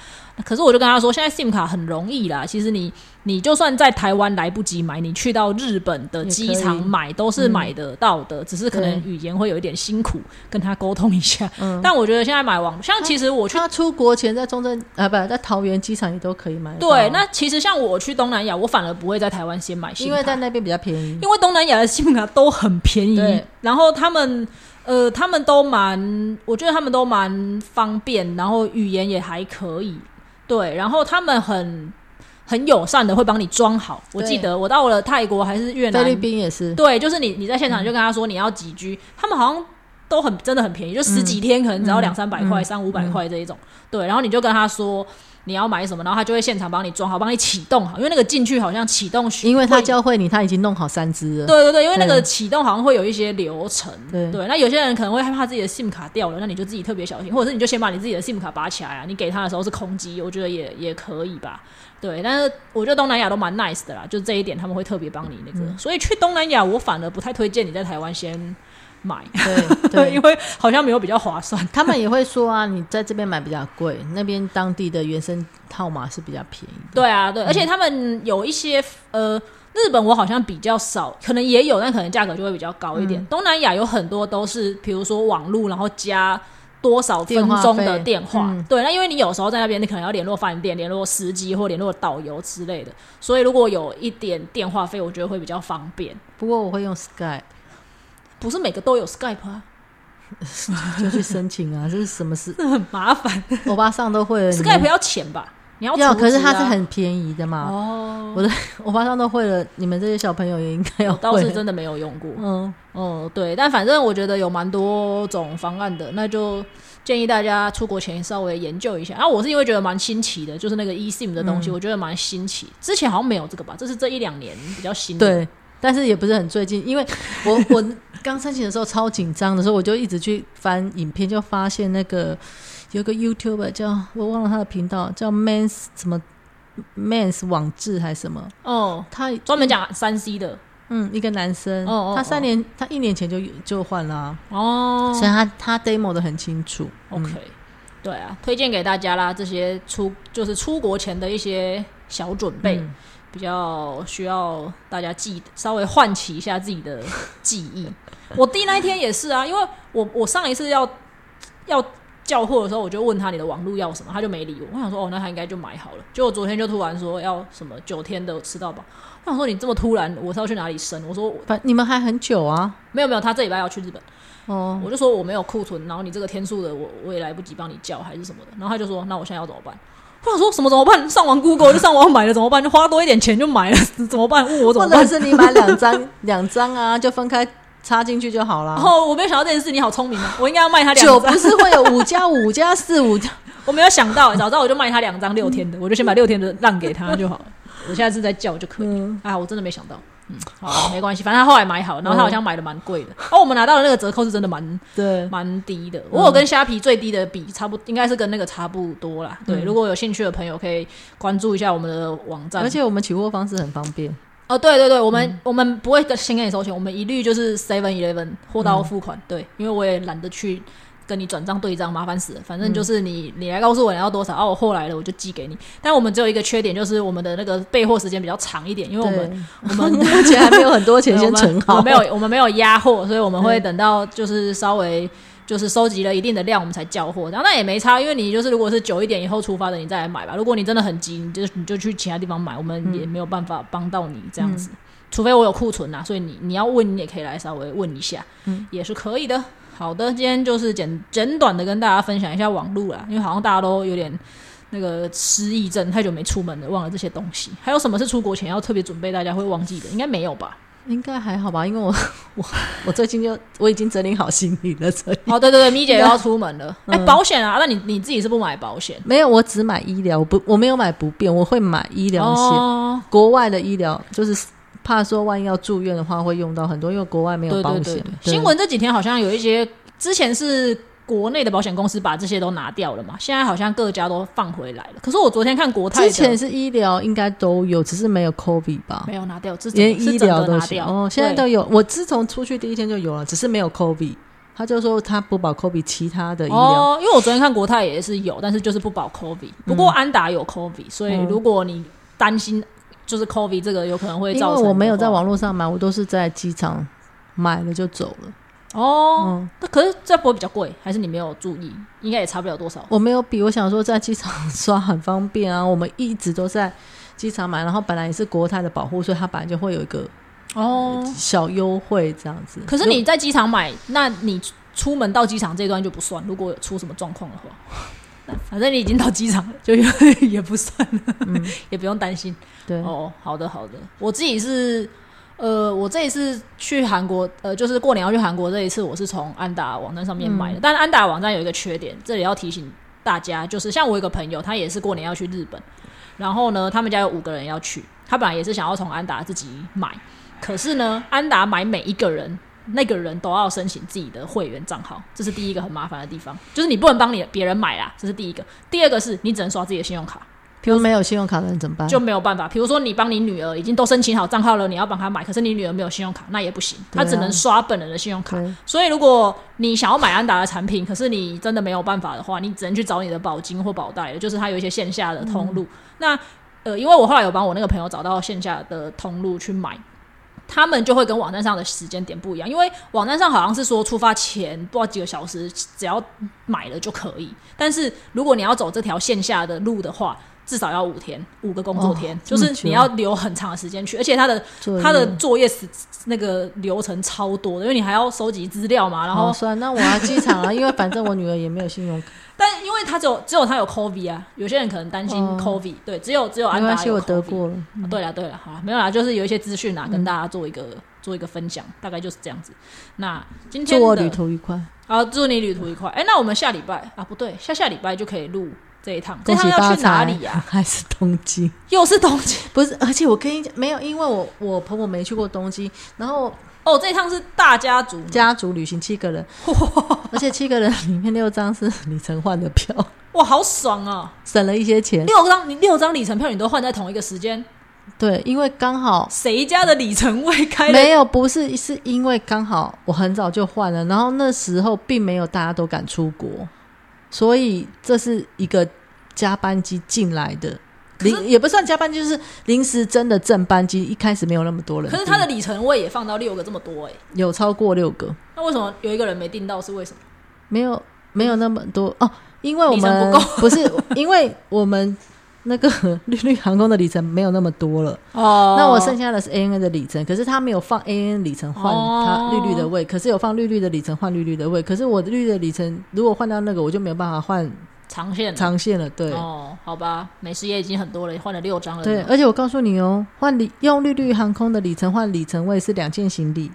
Speaker 1: 可是我就跟他说，现在 SIM 卡很容易啦，其实你你就算在台湾来不及买，你去到日本的机场
Speaker 2: 也可以嗯
Speaker 1: 买都是买得到的，只是可能语言会有一点辛苦，跟他沟通一下。但我觉得现在买网，像其实我去
Speaker 2: 嗯他出国前在中正啊，不在桃园机场也都可以买得到。
Speaker 1: 对，那其实像我去东南亚，我反而不会在台湾先买信
Speaker 2: 嗯因
Speaker 1: 卡，
Speaker 2: 为在那边比较便宜。
Speaker 1: 因为东南亚的信用卡都很便宜
Speaker 2: 对，
Speaker 1: 然后他们呃，他们都蛮，我觉得他们都蛮方便，然后语言也还可以，对，然后他们很很友善的会帮你装好。我
Speaker 2: 对
Speaker 1: 记得我到了泰国还是越
Speaker 2: 菲
Speaker 1: 南，
Speaker 2: 律宾也是，
Speaker 1: 对，就是你你在现场就跟他说你要几居，他们好像都很真的很便宜，就十
Speaker 2: 嗯
Speaker 1: 几天可能只要两三百块、三五百块这一种。对，然后你就跟他说你要买什么，然后他就会现场帮你装好，帮你启动好，因为那个进去好像启动需
Speaker 2: 因为他
Speaker 1: 会
Speaker 2: 教会你，他已经弄好三只了。
Speaker 1: 对对对，因为那个
Speaker 2: 对
Speaker 1: 启动好像会有一些流程，
Speaker 2: 对
Speaker 1: 那有些人可能会害怕自己的 SIM 卡掉了，那你就自己特别小心，或者是你就先把你自己的 SIM 卡拔起来啊，你给他的时候是空机，我觉得也也可以吧。对，但是我觉得东南亚都蛮 nice 的啦，就这一点他们会特别帮你那个，
Speaker 2: 嗯
Speaker 1: 所以去东南亚我反而不太推荐你在台湾先买，
Speaker 2: 对
Speaker 1: 因
Speaker 2: 对，
Speaker 1: 为好像没有比较划算。
Speaker 2: 他们也会说啊，你在这边买比较贵，那边当地的原生号码是比较便宜。
Speaker 1: 对啊，对，而且他们有一些呃，日本我好像比较少，可能也有，但可能价格就会比较高一
Speaker 2: 嗯
Speaker 1: 点。东南亚有很多都是，比如说网路，然后加。多少分钟
Speaker 2: 电话
Speaker 1: 的
Speaker 2: 费
Speaker 1: 电话？
Speaker 2: 嗯
Speaker 1: 对，那因为你有时候在那边，你可能要联络饭店、联络司机或联络导游之类的，所以如果有一点电话费，我觉得会比较方便。
Speaker 2: 不过我会用 Skype
Speaker 1: 不是每个都有 Skype 啊，
Speaker 2: 就去申请啊，这 是什么事？
Speaker 1: 很麻烦。
Speaker 2: 我爸上都会了。你
Speaker 1: Skype
Speaker 2: 们
Speaker 1: 要钱吧？你要
Speaker 2: 要，
Speaker 1: 储值啊
Speaker 2: 可是它是很便宜的嘛。
Speaker 1: 哦，
Speaker 2: 我爸上都会了，你们这些小朋友也应该要
Speaker 1: 我倒
Speaker 2: 会
Speaker 1: 是。真的没有用过。
Speaker 2: 嗯，
Speaker 1: 哦，对，但反正我觉得有蛮多种方案的，那就建议大家出国前稍微研究一下。然、后我是因为觉得蛮新奇的，就是那个 eSIM 的东西，我觉得蛮新奇。之前好像没有这个吧，这是这一两年比较新的。
Speaker 2: 对，但是也不是很最近，因为 我我刚申请的时候超紧张的时候，我就一直去翻影片，就发现那个有个 YouTuber 叫我忘了他的频道叫 Mans 什么 Mans 网志还是什么，
Speaker 1: 哦，
Speaker 2: 他
Speaker 1: 专门讲三 C 的
Speaker 2: 嗯，一个男生，
Speaker 1: 哦哦
Speaker 2: 他三年，他一年前就就换了啊、
Speaker 1: 哦
Speaker 2: 所以他他 demo 的很清楚。嗯
Speaker 1: OK，、对啊，推荐给大家啦，这些出就是出国前的一些小准备，
Speaker 2: 嗯
Speaker 1: 比较需要大家记，稍微唤起一下自己的记忆。 我弟那一天也是啊，因为我我上一次要要叫货的时候，我就问他你的网路要什么，他就没理我。我想说哦，那他应该就买好了。结果昨天就突然说要什么九天的吃到饱。我想说你这么突然，我是要去哪里生？我说我
Speaker 2: 反你们还很久啊，
Speaker 1: 没有没有，他这礼拜要去日本。
Speaker 2: 哦，
Speaker 1: 我就说我没有库存，然后你这个天数的我我也来不及帮你叫还是什么的，然后他就说那我现在要怎么办？我想说什么怎么办？上完 Google 就上网买了怎么办？就花多一点钱就买了 怎么办？问我怎
Speaker 2: 或
Speaker 1: 么
Speaker 2: 者
Speaker 1: 办？
Speaker 2: 是你买两张 两张啊，就分开插进去就好
Speaker 1: 然
Speaker 2: 了。
Speaker 1: 后我没有想到这件事，你好聪明啊！我应该要卖他
Speaker 2: 酒
Speaker 1: 哦两
Speaker 2: 不
Speaker 1: 张，
Speaker 2: 是会有五加五加四五加？
Speaker 1: 我没有想到、早知道我就卖他两张六天的，我就先把六天的让给他就好了。我下次再叫就可以。
Speaker 2: 嗯
Speaker 1: 啊，我真的没想到。嗯，好啊，没关系，反正他后来买好，然后他好像买的蛮贵的。哦，我们拿到的那个折扣是真的蛮
Speaker 2: 对，
Speaker 1: 蛮低
Speaker 2: 嗯
Speaker 1: 的。我有跟虾皮最低的比，差不应该是跟那个差不多啦。对，
Speaker 2: 嗯
Speaker 1: 如果有兴趣的朋友可以关注一下我们的网站。
Speaker 2: 而且我嗯们取货方式很方便，
Speaker 1: 哦，对对对，我们、我们不会先给你收钱，我们一律就是 Seven
Speaker 2: 嗯
Speaker 1: Eleven 货到付款。对，因为我也懒得去。跟你转账对账，麻烦死了。反
Speaker 2: 嗯
Speaker 1: 正就是你，你来告诉我你要多少，啊，我货来了我就寄给你。但我们只有一个缺点，就是我们的那个备货时间比较长一点，因为我们
Speaker 2: 对，
Speaker 1: 我们
Speaker 2: 目前还没有很多 钱先
Speaker 1: 对
Speaker 2: 存
Speaker 1: 我
Speaker 2: 好，嗯
Speaker 1: 们我们没有我们没有压货，所以我们会等到就是稍微就是收集了一定的量，我们才叫货。然后那也没差，因为你就是如果是久一点以后出发的，你再来买吧。如果你真的很急，你就你就去其他地方买，我们也没有办法帮到你这样子。
Speaker 2: 嗯
Speaker 1: 除非我有库存啦，啊所以你你要问你也可以来稍微问一下，
Speaker 2: 嗯
Speaker 1: 也是可以的。好的，今天就是简简短的跟大家分享一下网路啦，因为好像大家都有点那个失忆症，太久没出门了，忘了这些东西。还有什么是出国前要特别准备，大家会忘记的？应该没有吧？
Speaker 2: 应该还好吧？因为我 我我最近就我已经整理好行李了，所以
Speaker 1: 哦，对对对，咪姐又要出门了。 哎、
Speaker 2: 嗯
Speaker 1: 保险啊，那你你自己是不买保险？
Speaker 2: 没有，我只买医疗，我不我没有买不便，我会买医疗险。
Speaker 1: 哦，
Speaker 2: 国外的医疗就是怕说万一要住院的话会用到很多，因为国外没有
Speaker 1: 对
Speaker 2: 保
Speaker 1: 对
Speaker 2: 险。
Speaker 1: 对对。
Speaker 2: 对
Speaker 1: 新闻这几天好像有一些，之前是国内的保险公司把这些都拿掉了嘛，现在好像各家都放回来了。可是我昨天看国泰的
Speaker 2: 之前是医疗应该都有，只是没有 COVID 吧
Speaker 1: 没。有拿掉，这
Speaker 2: 连医疗都
Speaker 1: 拿
Speaker 2: 行
Speaker 1: 掉
Speaker 2: 哦，现在
Speaker 1: 对
Speaker 2: 都有。我自从出去第一天就有了，只是没有 COVID。他就说他不保 COVID，其他的医疗、
Speaker 1: 哦，因为我昨天看国泰也是有，但是就是不保 COVID。不过安达有 COVID，所以
Speaker 2: 嗯
Speaker 1: 如果你担心就是 COVID 这个有可能会
Speaker 2: 因为
Speaker 1: 造成的话，
Speaker 2: 我没有在网络上买，我都是在机场买了就走了。
Speaker 1: 哦，
Speaker 2: 嗯，
Speaker 1: 那可是这不会比较贵，还是你没有注意？应该也差不了多少。
Speaker 2: 我没有比，我想说在机场 刷很方便啊。我们一直都在机场买，然后本来也是国泰的保护，所以它本来就会有一个
Speaker 1: 哦，
Speaker 2: 小优惠这样子。
Speaker 1: 可是你在机场买，那你出出门到机场这一段就不算。如果有出什么状况的话，那反正你已经到机场了，就 也不算了， 也不用担心。
Speaker 2: 对，
Speaker 1: 哦，好的好的，我自己是。呃，我这一次去韩国，呃，就是过年要去韩国这一次，我是从安达网站上面买的。但安达网站有一个缺点，这里要提醒大家，就是像我有一个朋友，他也是过年要去日本，然后呢，他们家有五个人要去，他本来也是想要从安达自己买，可是呢，安达买每一个人，那个人都要申请自己的会员账号，这是第一个很麻烦的地方，就是你不能帮你别人买啦，这是第一个。第二个是你只能刷自己的信用卡，
Speaker 2: 比如没有信用卡的人怎么办？
Speaker 1: 就没有办法。比如说，你帮你女儿已经都申请好账号了，你要帮她买，可是你女儿没有信用卡，那也不行，
Speaker 2: 对啊
Speaker 1: 她只能刷本人的信用卡。
Speaker 2: 对
Speaker 1: 所以，如果你想要买安达的产品，可是你真的没有办法的话，你只能去找你的保金或保代了，就是它有一些线下的通路。那呃，因为我后来有帮我那个朋友找到线下的通路去买。他们就会跟网站上的时间点不一样，因为网站上好像是说出发前不知道几个小时，只要买了就可以。但是如果你要走这条线下的路的话，至少要五天，五个工作天，
Speaker 2: 哦
Speaker 1: 就
Speaker 2: 这么
Speaker 1: 是
Speaker 2: 久
Speaker 1: 你要留很长的时间去，而且它的
Speaker 2: 就
Speaker 1: 它的作业时那个流程超多的，因为你还要收集资料嘛，然后、
Speaker 2: 好哦算，那我要机场啊，因为反正我女儿也没有信用卡，
Speaker 1: 但因为他只有只有他有 COVID 啊，有些人可能担心
Speaker 2: 哦
Speaker 1: COVID，、对，只有只有
Speaker 2: 没
Speaker 1: 安
Speaker 2: 关
Speaker 1: 达
Speaker 2: 系，
Speaker 1: 有
Speaker 2: 我
Speaker 1: COVID,
Speaker 2: 得过了。
Speaker 1: 啊对了对了，好啦，没有啦，就是有一些资讯啊，
Speaker 2: 嗯
Speaker 1: 跟大家做一个、做一个分享，大概就是这样子。那今
Speaker 2: 祝
Speaker 1: 天
Speaker 2: 我
Speaker 1: 的
Speaker 2: 旅途愉快，
Speaker 1: 啊，祝你旅途愉快。哎、那我们下礼拜啊，不对，下下礼拜就可以录这一趟，这
Speaker 2: 恭
Speaker 1: 趟
Speaker 2: 喜
Speaker 1: 要
Speaker 2: 发
Speaker 1: 去哪
Speaker 2: 财！
Speaker 1: 里呀、啊？
Speaker 2: 还是东京？
Speaker 1: 又是东京
Speaker 2: 不是，而且我跟你讲，没有，因为我我婆婆没去过东京，然后
Speaker 1: 哦，这一趟是大家族
Speaker 2: 家族旅行七个 人，而且七个人里面六张是里程换的票，
Speaker 1: 哇，好爽啊！
Speaker 2: 省了一些钱。
Speaker 1: 六张你六张里程票你都换在同一个时间，
Speaker 2: 对，因为刚好
Speaker 1: 谁家的里程未开的
Speaker 2: 没有，不是是因为刚好我很早就换了，然后那时候并没有大家都敢出国，所以这是一个加班机进来的，临也不算加班机，就是临时真的正班机，一开始没有那么多人订，
Speaker 1: 可是他的里程位也放到六个这么多哎、
Speaker 2: 有超过六个，
Speaker 1: 那为什么有一个人没订到是为什么？
Speaker 2: 没有没有那么多哦，因为我们
Speaker 1: 里 程
Speaker 2: 是因为我们那个 绿绿航空的里程没有那么多了，
Speaker 1: 哦
Speaker 2: 那我剩下的是 ANA 的里程，可是他没有放 ANA 里程换
Speaker 1: 哦
Speaker 2: 他绿绿的位，可是有放绿绿的里程换绿绿的位，可是我的绿绿的里程如果换到那个，我就没有办法换
Speaker 1: 长线了
Speaker 2: 长线了，对。
Speaker 1: 哦，好吧，美食也已经很多了，换了六张了。
Speaker 2: 对，而且我告诉你哦，换里用绿绿航空的里程换里程位是两件行李，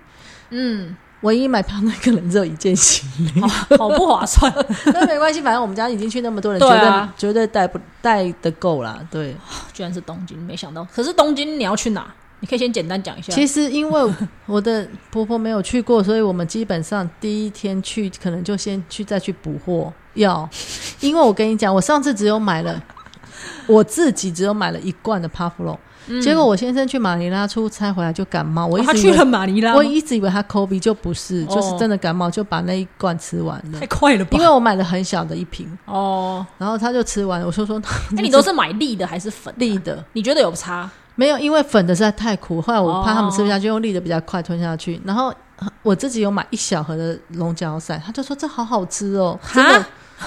Speaker 1: 嗯，
Speaker 2: 唯一买票那个人只有一件行李，
Speaker 1: 好不划算。
Speaker 2: 但没关系，反正我们家已经去那么多人，
Speaker 1: 对
Speaker 2: 绝
Speaker 1: 啊
Speaker 2: 对绝对带不带的够啦。对，
Speaker 1: 居然是东京，没想到。可是东京你要去哪？你可以先简单讲一下。哦
Speaker 2: 其实因为我的婆婆没有去过，所以我们基本上第一天去可能就先去再去补货药， 因为我跟你讲，我上次只有买了 我自己只有买了一罐的 Puffalo，、结果我先生去马尼拉出差回来就感冒，我
Speaker 1: 嗯哦
Speaker 2: 一
Speaker 1: 他
Speaker 2: 直以
Speaker 1: 去
Speaker 2: 为、
Speaker 1: 了马尼拉吗，
Speaker 2: 我一直以为他 COVID 就不是，就是
Speaker 1: 哦
Speaker 2: 真的感冒，就把那一罐吃完了
Speaker 1: 太，快了吧？
Speaker 2: 因为我买了很小的一瓶，
Speaker 1: 哦，
Speaker 2: 然后他就吃完了，我说说，
Speaker 1: 那 你都是买粒的还是粉？
Speaker 2: 立的。
Speaker 1: 你觉得有差？
Speaker 2: 没有，因为粉的实在太苦，后来我怕他们
Speaker 1: 哦
Speaker 2: 吃不下去，用力的比较快吞下去。然后呃我自己有买一小盒的龙角散，他就说这好好吃哦，真的
Speaker 1: 哈。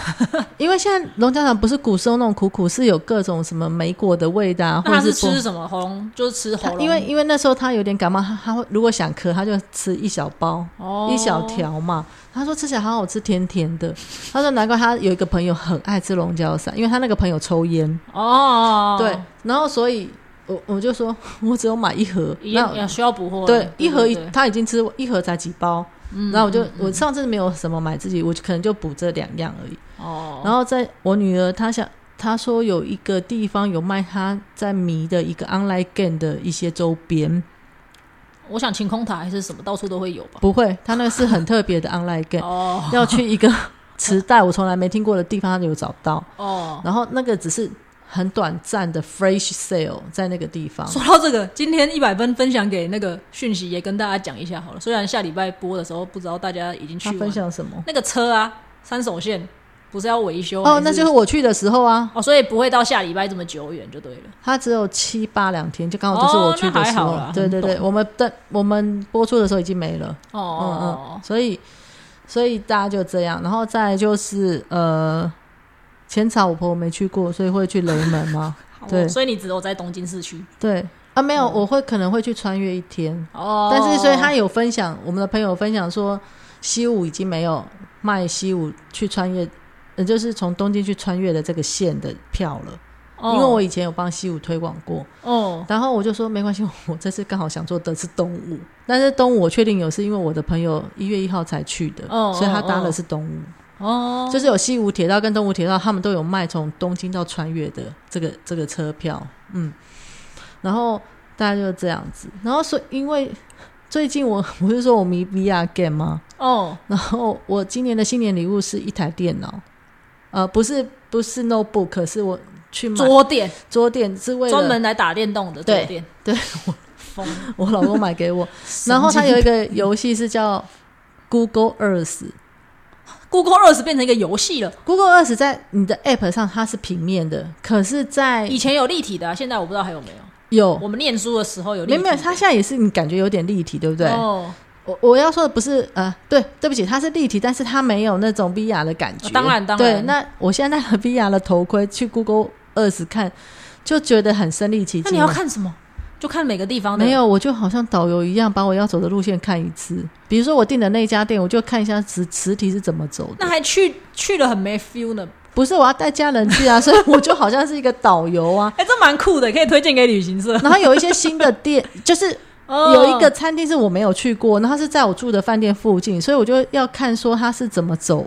Speaker 2: 因为现在龙角散不是古时候那种苦苦，是有各种什么莓果的味道啊，
Speaker 1: 那
Speaker 2: 或
Speaker 1: 他
Speaker 2: 者
Speaker 1: 是
Speaker 2: 不
Speaker 1: 吃什么喉咙？就是吃
Speaker 2: 他
Speaker 1: 喉咙，
Speaker 2: 因为因为那时候他有点感冒，他他会如果想咳，他就吃一小包。
Speaker 1: 哦
Speaker 2: 一小。条嘛，他说吃起来好好吃，甜甜的。他说难怪他有一个朋友很爱吃龙角散，因为他那个朋友抽烟，
Speaker 1: 哦，
Speaker 2: 对，，然后所以我我就说 我只有买一盒，
Speaker 1: 也
Speaker 2: 那
Speaker 1: 也需要补货了。
Speaker 2: 对，一盒一
Speaker 1: 对嗯对
Speaker 2: 他已经吃一盒才几包，然后我就、我上次没有什么买自己，我就可能就补这两样而已。
Speaker 1: 哦，
Speaker 2: 然后在我女儿她想她说有一个地方有卖她在迷的一个 online game 的一些周边，
Speaker 1: 哦我想晴空塔还是什么，到处都会有吧。
Speaker 2: 不会，她那个是很特别的 online game，
Speaker 1: 哦
Speaker 2: 要去一个磁带我从来没听过的地方，她有找到，
Speaker 1: 哦，
Speaker 2: 然后那个只是。很短暂的 fresh sale 在那个地 方，
Speaker 1: 说到这个，今天一百分分享给那个讯息也跟大家讲一下好了。虽然下礼拜播的时候，不知道大家已经去啊
Speaker 2: 她
Speaker 1: 完
Speaker 2: 分享什么？
Speaker 1: 那个车啊，三手线不是要维修还
Speaker 2: 哦，那就是我去的时候啊，
Speaker 1: 哦，所以不会到下礼拜这么久远就对了。
Speaker 2: 它只有七八两天，就刚好就是我去的时候。
Speaker 1: 哦那还好啦
Speaker 2: 对对对，
Speaker 1: 很
Speaker 2: 我们的我们播出的时候已经没了。
Speaker 1: 哦
Speaker 2: 嗯
Speaker 1: 哦
Speaker 2: 嗯，，所以所以大家就这样，然后再来就是呃，浅草我婆婆没去过，所以会去雷门吗？
Speaker 1: 好哦
Speaker 2: 对
Speaker 1: 所以你只有在东京市区
Speaker 2: 对啊，没有，
Speaker 1: 嗯
Speaker 2: 我会可能会去穿越一天，
Speaker 1: 哦，
Speaker 2: 但是所以他有分享，我们的朋友分享说西武已经没有卖西武去穿越。呃就是从东京去穿越的这个线的票了，
Speaker 1: 哦
Speaker 2: 因为我以前有帮西武推广过，
Speaker 1: 哦
Speaker 2: 然后我就说没关系， 我这次刚好想做的是东吴，但是东吴我确定有是因为我的朋友一月一号才去的，
Speaker 1: 哦
Speaker 2: 所以他搭的是东吴，
Speaker 1: 哦，
Speaker 2: 就是有西吴铁道跟东吴铁道，他们都有卖从东京到穿越的这个这个车票，嗯，然后大家就这样子，然后所以因为最近我 不是说我迷 VR game 吗？
Speaker 1: 哦
Speaker 2: 然后我今年的新年礼物是一台电脑，呃，不是不是 notebook，是我去买
Speaker 1: 桌垫
Speaker 2: 桌垫，是为了
Speaker 1: 专门来打电动的桌
Speaker 2: 对
Speaker 1: 垫，
Speaker 2: 对
Speaker 1: 疯，
Speaker 2: 我老公买给我。
Speaker 1: 疯
Speaker 2: 然后它
Speaker 1: 神经
Speaker 2: 有一个游戏是叫 Google Earth，Google
Speaker 1: Google Earth 变成一个游戏了，
Speaker 2: Earth 在你的 App 上它是平面的，可是在
Speaker 1: 以前有立体的啊，现在我不知道还有没有。
Speaker 2: 有
Speaker 1: 我们念书的时候有立
Speaker 2: 没
Speaker 1: 体
Speaker 2: 有
Speaker 1: 的，
Speaker 2: 没有，它现在也是你感觉有点立体，对不对？
Speaker 1: 哦，
Speaker 2: 我我要说的不是呃，对，对不起，它是立体，但是它没有那种 VR 的感觉。
Speaker 1: 哦当然当
Speaker 2: 对，
Speaker 1: 然
Speaker 2: 那我现在戴了 VR 的头盔去 Google Earth 看，就觉得很身临其境。啊
Speaker 1: 那你要看什么？就看每个地方的
Speaker 2: 没有，我就好像导游一样，把我要走的路线看一次。比如说我订的那一家店，我就看一下实实体是怎么走的
Speaker 1: 那。还去去了很没 feel 呢。
Speaker 2: 不是，我要带家人 去啊，所以我就好像是一个导游啊。
Speaker 1: 哎、这蛮酷的，可以推荐给旅行社。
Speaker 2: 然后有一些新的 店，就是
Speaker 1: 哦
Speaker 2: 有一个餐厅是我没有去过，然后是在我住的饭店附近，所以我就要看说它是怎么走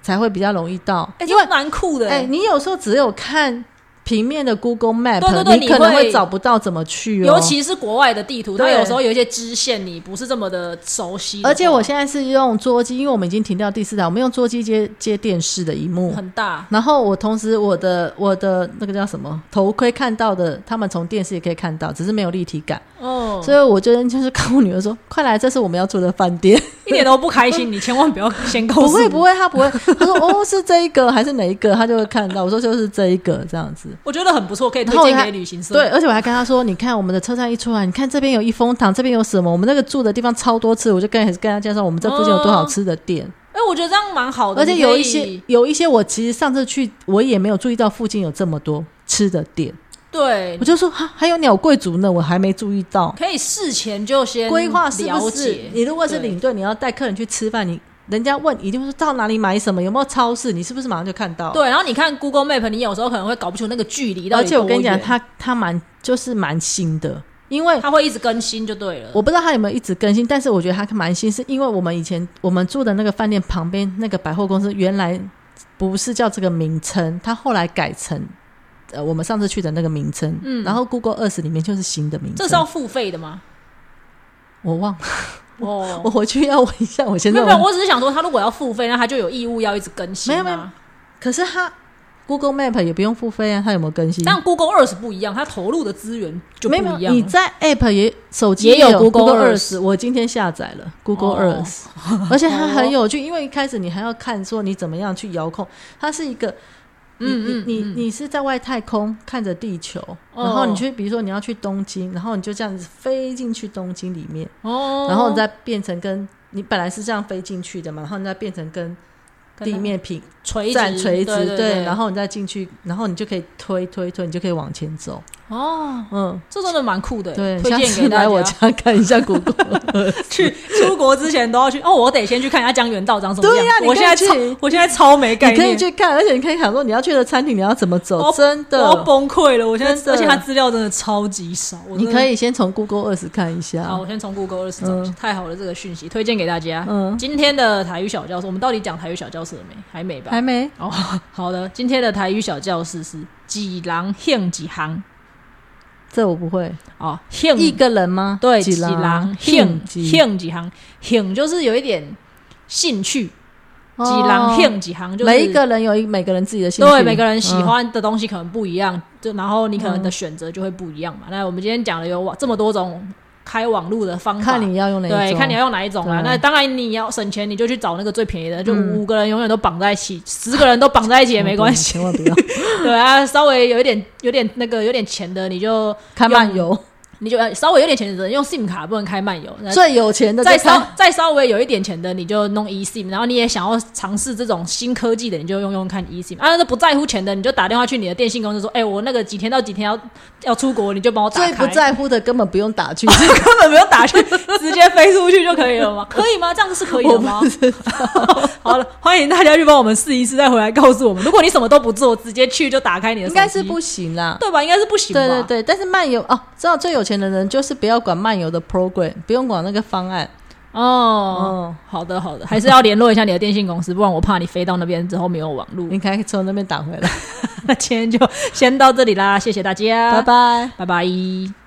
Speaker 2: 才会比较容易到。
Speaker 1: 哎、
Speaker 2: 哎因
Speaker 1: 这
Speaker 2: 为
Speaker 1: 蛮酷的、
Speaker 2: 哎、你有时候只有看平面的 Google Map，
Speaker 1: 对对对
Speaker 2: 你
Speaker 1: 你
Speaker 2: 可能
Speaker 1: 会
Speaker 2: 会找不到怎么去哦。
Speaker 1: 尤其是国外的地图，它
Speaker 2: 对
Speaker 1: 有时候有一些支线你不是这么的熟悉的话，
Speaker 2: 而且我现在是用桌机，因为我们已经停掉第四台，我们用桌机接接电视的荧幕。
Speaker 1: 很大，
Speaker 2: 然后我同时我的我的那个叫什么头盔看到的，他们从电视也可以看到，只是没有立体感。
Speaker 1: 嗯，
Speaker 2: 所以我就就是跟我女儿说：“快来，这是我们要住的 饭店。
Speaker 1: 一点都不开心，你千万不要先”告诉
Speaker 2: 不
Speaker 1: 我。
Speaker 2: 会不会，她不会。她说：“哦，是这一个还是哪一个？”她就会看到。我说：“就是这一个这样子。”
Speaker 1: 我觉得很不错，可以推
Speaker 2: 然后我
Speaker 1: 荐
Speaker 2: 还
Speaker 1: 给旅行社。
Speaker 2: 对，，而且我还跟他说，你看我们的车站一出来，你看这边有一风堂，这边有什么？我们那个住的地方超多吃，我就跟跟他介绍我们这附近有多好吃的店，
Speaker 1: 哎，我觉得这样蛮好的，
Speaker 2: 而且
Speaker 1: 你可
Speaker 2: 有一
Speaker 1: 以
Speaker 2: 些有一些我其实上次去我也没有注意到附近有这么多吃的店，
Speaker 1: 嗯对
Speaker 2: 我，就说哈还有鸟贵族呢，我还没注意到。
Speaker 1: 可以事前就先
Speaker 2: 规划是不
Speaker 1: 了
Speaker 2: 是
Speaker 1: 解？
Speaker 2: 你如果是
Speaker 1: 对
Speaker 2: 领队，你要带客人去吃饭，你人家问一定会说到哪里买什么，有没有超市，你是不是马上就看到？
Speaker 1: 对，然后你看 Google Map，你有时候可能会搞不清楚那个距离到
Speaker 2: 而
Speaker 1: 底
Speaker 2: 且我跟你
Speaker 1: 多
Speaker 2: 讲，
Speaker 1: 远
Speaker 2: 他他蛮就是蛮新的，因 为
Speaker 1: 它会一直更新就对了。
Speaker 2: 我不知道他有没有一直更新，但是我觉得他蛮新，是因为我们以前我们住的那个饭店旁边那个百货公司原来不是叫这个名称，它后来改成呃我们上次去的那个名称，
Speaker 1: 嗯
Speaker 2: 然后 Google 二十里面就是新的名称，
Speaker 1: 这是要付费的吗？
Speaker 2: 我忘了，
Speaker 1: 哦
Speaker 2: 我，回去要问一下，我现
Speaker 1: 没
Speaker 2: 在
Speaker 1: 有没有，我只是想说，他如果要付费，那他就有义务要一直更新、啊。
Speaker 2: 没有没有可是他 Google Map 也不用付费啊，它有没有更新？
Speaker 1: 但 Google 二十不一样，它投入的资源就不
Speaker 2: 没
Speaker 1: 一
Speaker 2: 有
Speaker 1: 样
Speaker 2: 没
Speaker 1: 了。
Speaker 2: 有，你在 App 也手机
Speaker 1: 也有
Speaker 2: 有
Speaker 1: Google
Speaker 2: Google
Speaker 1: Earth
Speaker 2: 20，我今天下载了 Google
Speaker 1: 哦
Speaker 2: Earth，、而且它很有趣，因为一开始你还要看说你怎么样去遥控，它是一个。你
Speaker 1: 嗯嗯
Speaker 2: 你
Speaker 1: 嗯
Speaker 2: 你你是在外太空看着地球，
Speaker 1: 哦
Speaker 2: 然后你去，比如说你要去东京，然后你就这样子飞进去东京里面，
Speaker 1: 哦，
Speaker 2: 然后你再变成跟你本来是这样飞进去的嘛，然后你再变成跟
Speaker 1: 跟
Speaker 2: 地
Speaker 1: 它
Speaker 2: 面平
Speaker 1: 垂
Speaker 2: 站
Speaker 1: 直
Speaker 2: 垂直，
Speaker 1: 对对，
Speaker 2: 然后你再进去，然后你就可以推推推，你就可以往前走，
Speaker 1: 哦，
Speaker 2: 嗯，
Speaker 1: 这真的蛮酷的，欸
Speaker 2: 对，
Speaker 1: 推
Speaker 2: 下
Speaker 1: 荐
Speaker 2: 次
Speaker 1: 给大
Speaker 2: 来
Speaker 1: 家。
Speaker 2: 我家看一下 Google。
Speaker 1: 去出国之前都要去哦，我得先去看一下江原道长什么样。
Speaker 2: 对呀你可以
Speaker 1: 我现在超
Speaker 2: 去
Speaker 1: 我现在超没概
Speaker 2: 你可
Speaker 1: 念，
Speaker 2: 以去看，而且你可以想说你要去的餐厅你要怎么走，
Speaker 1: 我
Speaker 2: 真
Speaker 1: 我要
Speaker 2: 的，
Speaker 1: 崩溃了。我现在
Speaker 2: 真的
Speaker 1: 而且他资料真的超级少，我
Speaker 2: 你
Speaker 1: 真的
Speaker 2: 可以先从 Google 二十看一
Speaker 1: 好，
Speaker 2: 下
Speaker 1: 我。先从 Google 二十找一下，太好了，这个讯息推荐给大家。
Speaker 2: 嗯，
Speaker 1: 今天的台语小教室，我们到底讲台语小教室了没？还没吧
Speaker 2: 还？没
Speaker 1: 哦，好的，今天的台语小教室是几郎兴几行
Speaker 2: 这我不会。
Speaker 1: 哦，兴
Speaker 2: 一个人吗？
Speaker 1: 对
Speaker 2: 几
Speaker 1: 郎兴
Speaker 2: 兴几
Speaker 1: 兴几行兴就是有一点兴趣，几郎
Speaker 2: 狼
Speaker 1: 兴几行就是
Speaker 2: 哦每一个人有一每个人自己的兴趣，
Speaker 1: 对每个人喜
Speaker 2: 嗯。
Speaker 1: 欢的东西可能不一样，就然后你可能的选择就会不一样嘛。那我们今天讲了有网这么多种开网路的方法，
Speaker 2: 看你要用哪一种，
Speaker 1: 对，看你要用哪一种啊。
Speaker 2: 对
Speaker 1: 那当然你要省钱，你就去找那个最便宜的，就
Speaker 2: 嗯
Speaker 1: 五个人永远都绑在一起，十个人都绑在一起 也没关系。
Speaker 2: 千万不要
Speaker 1: 对啊，稍微有一点、有点那个、有点钱的，你就
Speaker 2: 开漫游。
Speaker 1: 你就呃稍微有点钱的人用 SIM 卡不能开漫游。那
Speaker 2: 最有钱的
Speaker 1: 再
Speaker 2: 在
Speaker 1: 稍
Speaker 2: 看，
Speaker 1: 再稍微有一点钱的，你就弄 eSIM，然后你也想要尝试这种新科技的，你就用用看 eSIM。啊，那不在乎钱的，你就打电话去你的电信公司说，哎、我那个几天到几天要要出国，你就帮我打
Speaker 2: 最
Speaker 1: 开。
Speaker 2: 不在乎的根本不用打去。
Speaker 1: 根本不用打去，直接飞出去就可以了吗？可以吗？这样是可以的吗？ 好了，欢迎大家去帮我们试一试，再回来告诉我们。如果你什么都不做，直接去就打开你的手
Speaker 2: 应
Speaker 1: 机，
Speaker 2: 该是不行啦。
Speaker 1: 对吧？应该是不行吧？
Speaker 2: 对对对，但是漫游哦，知道最有钱的人就是不要管漫游的 program，不用管那个方案。
Speaker 1: 哦。
Speaker 2: 哦，
Speaker 1: 好的，好的，还是要联络一下你的电信公司，不然我怕你飞到那边之后没有网络。
Speaker 2: 你可以从那边打回来。
Speaker 1: 那今天就先到这里啦，谢谢大家，
Speaker 2: 拜，拜。
Speaker 1: 拜拜。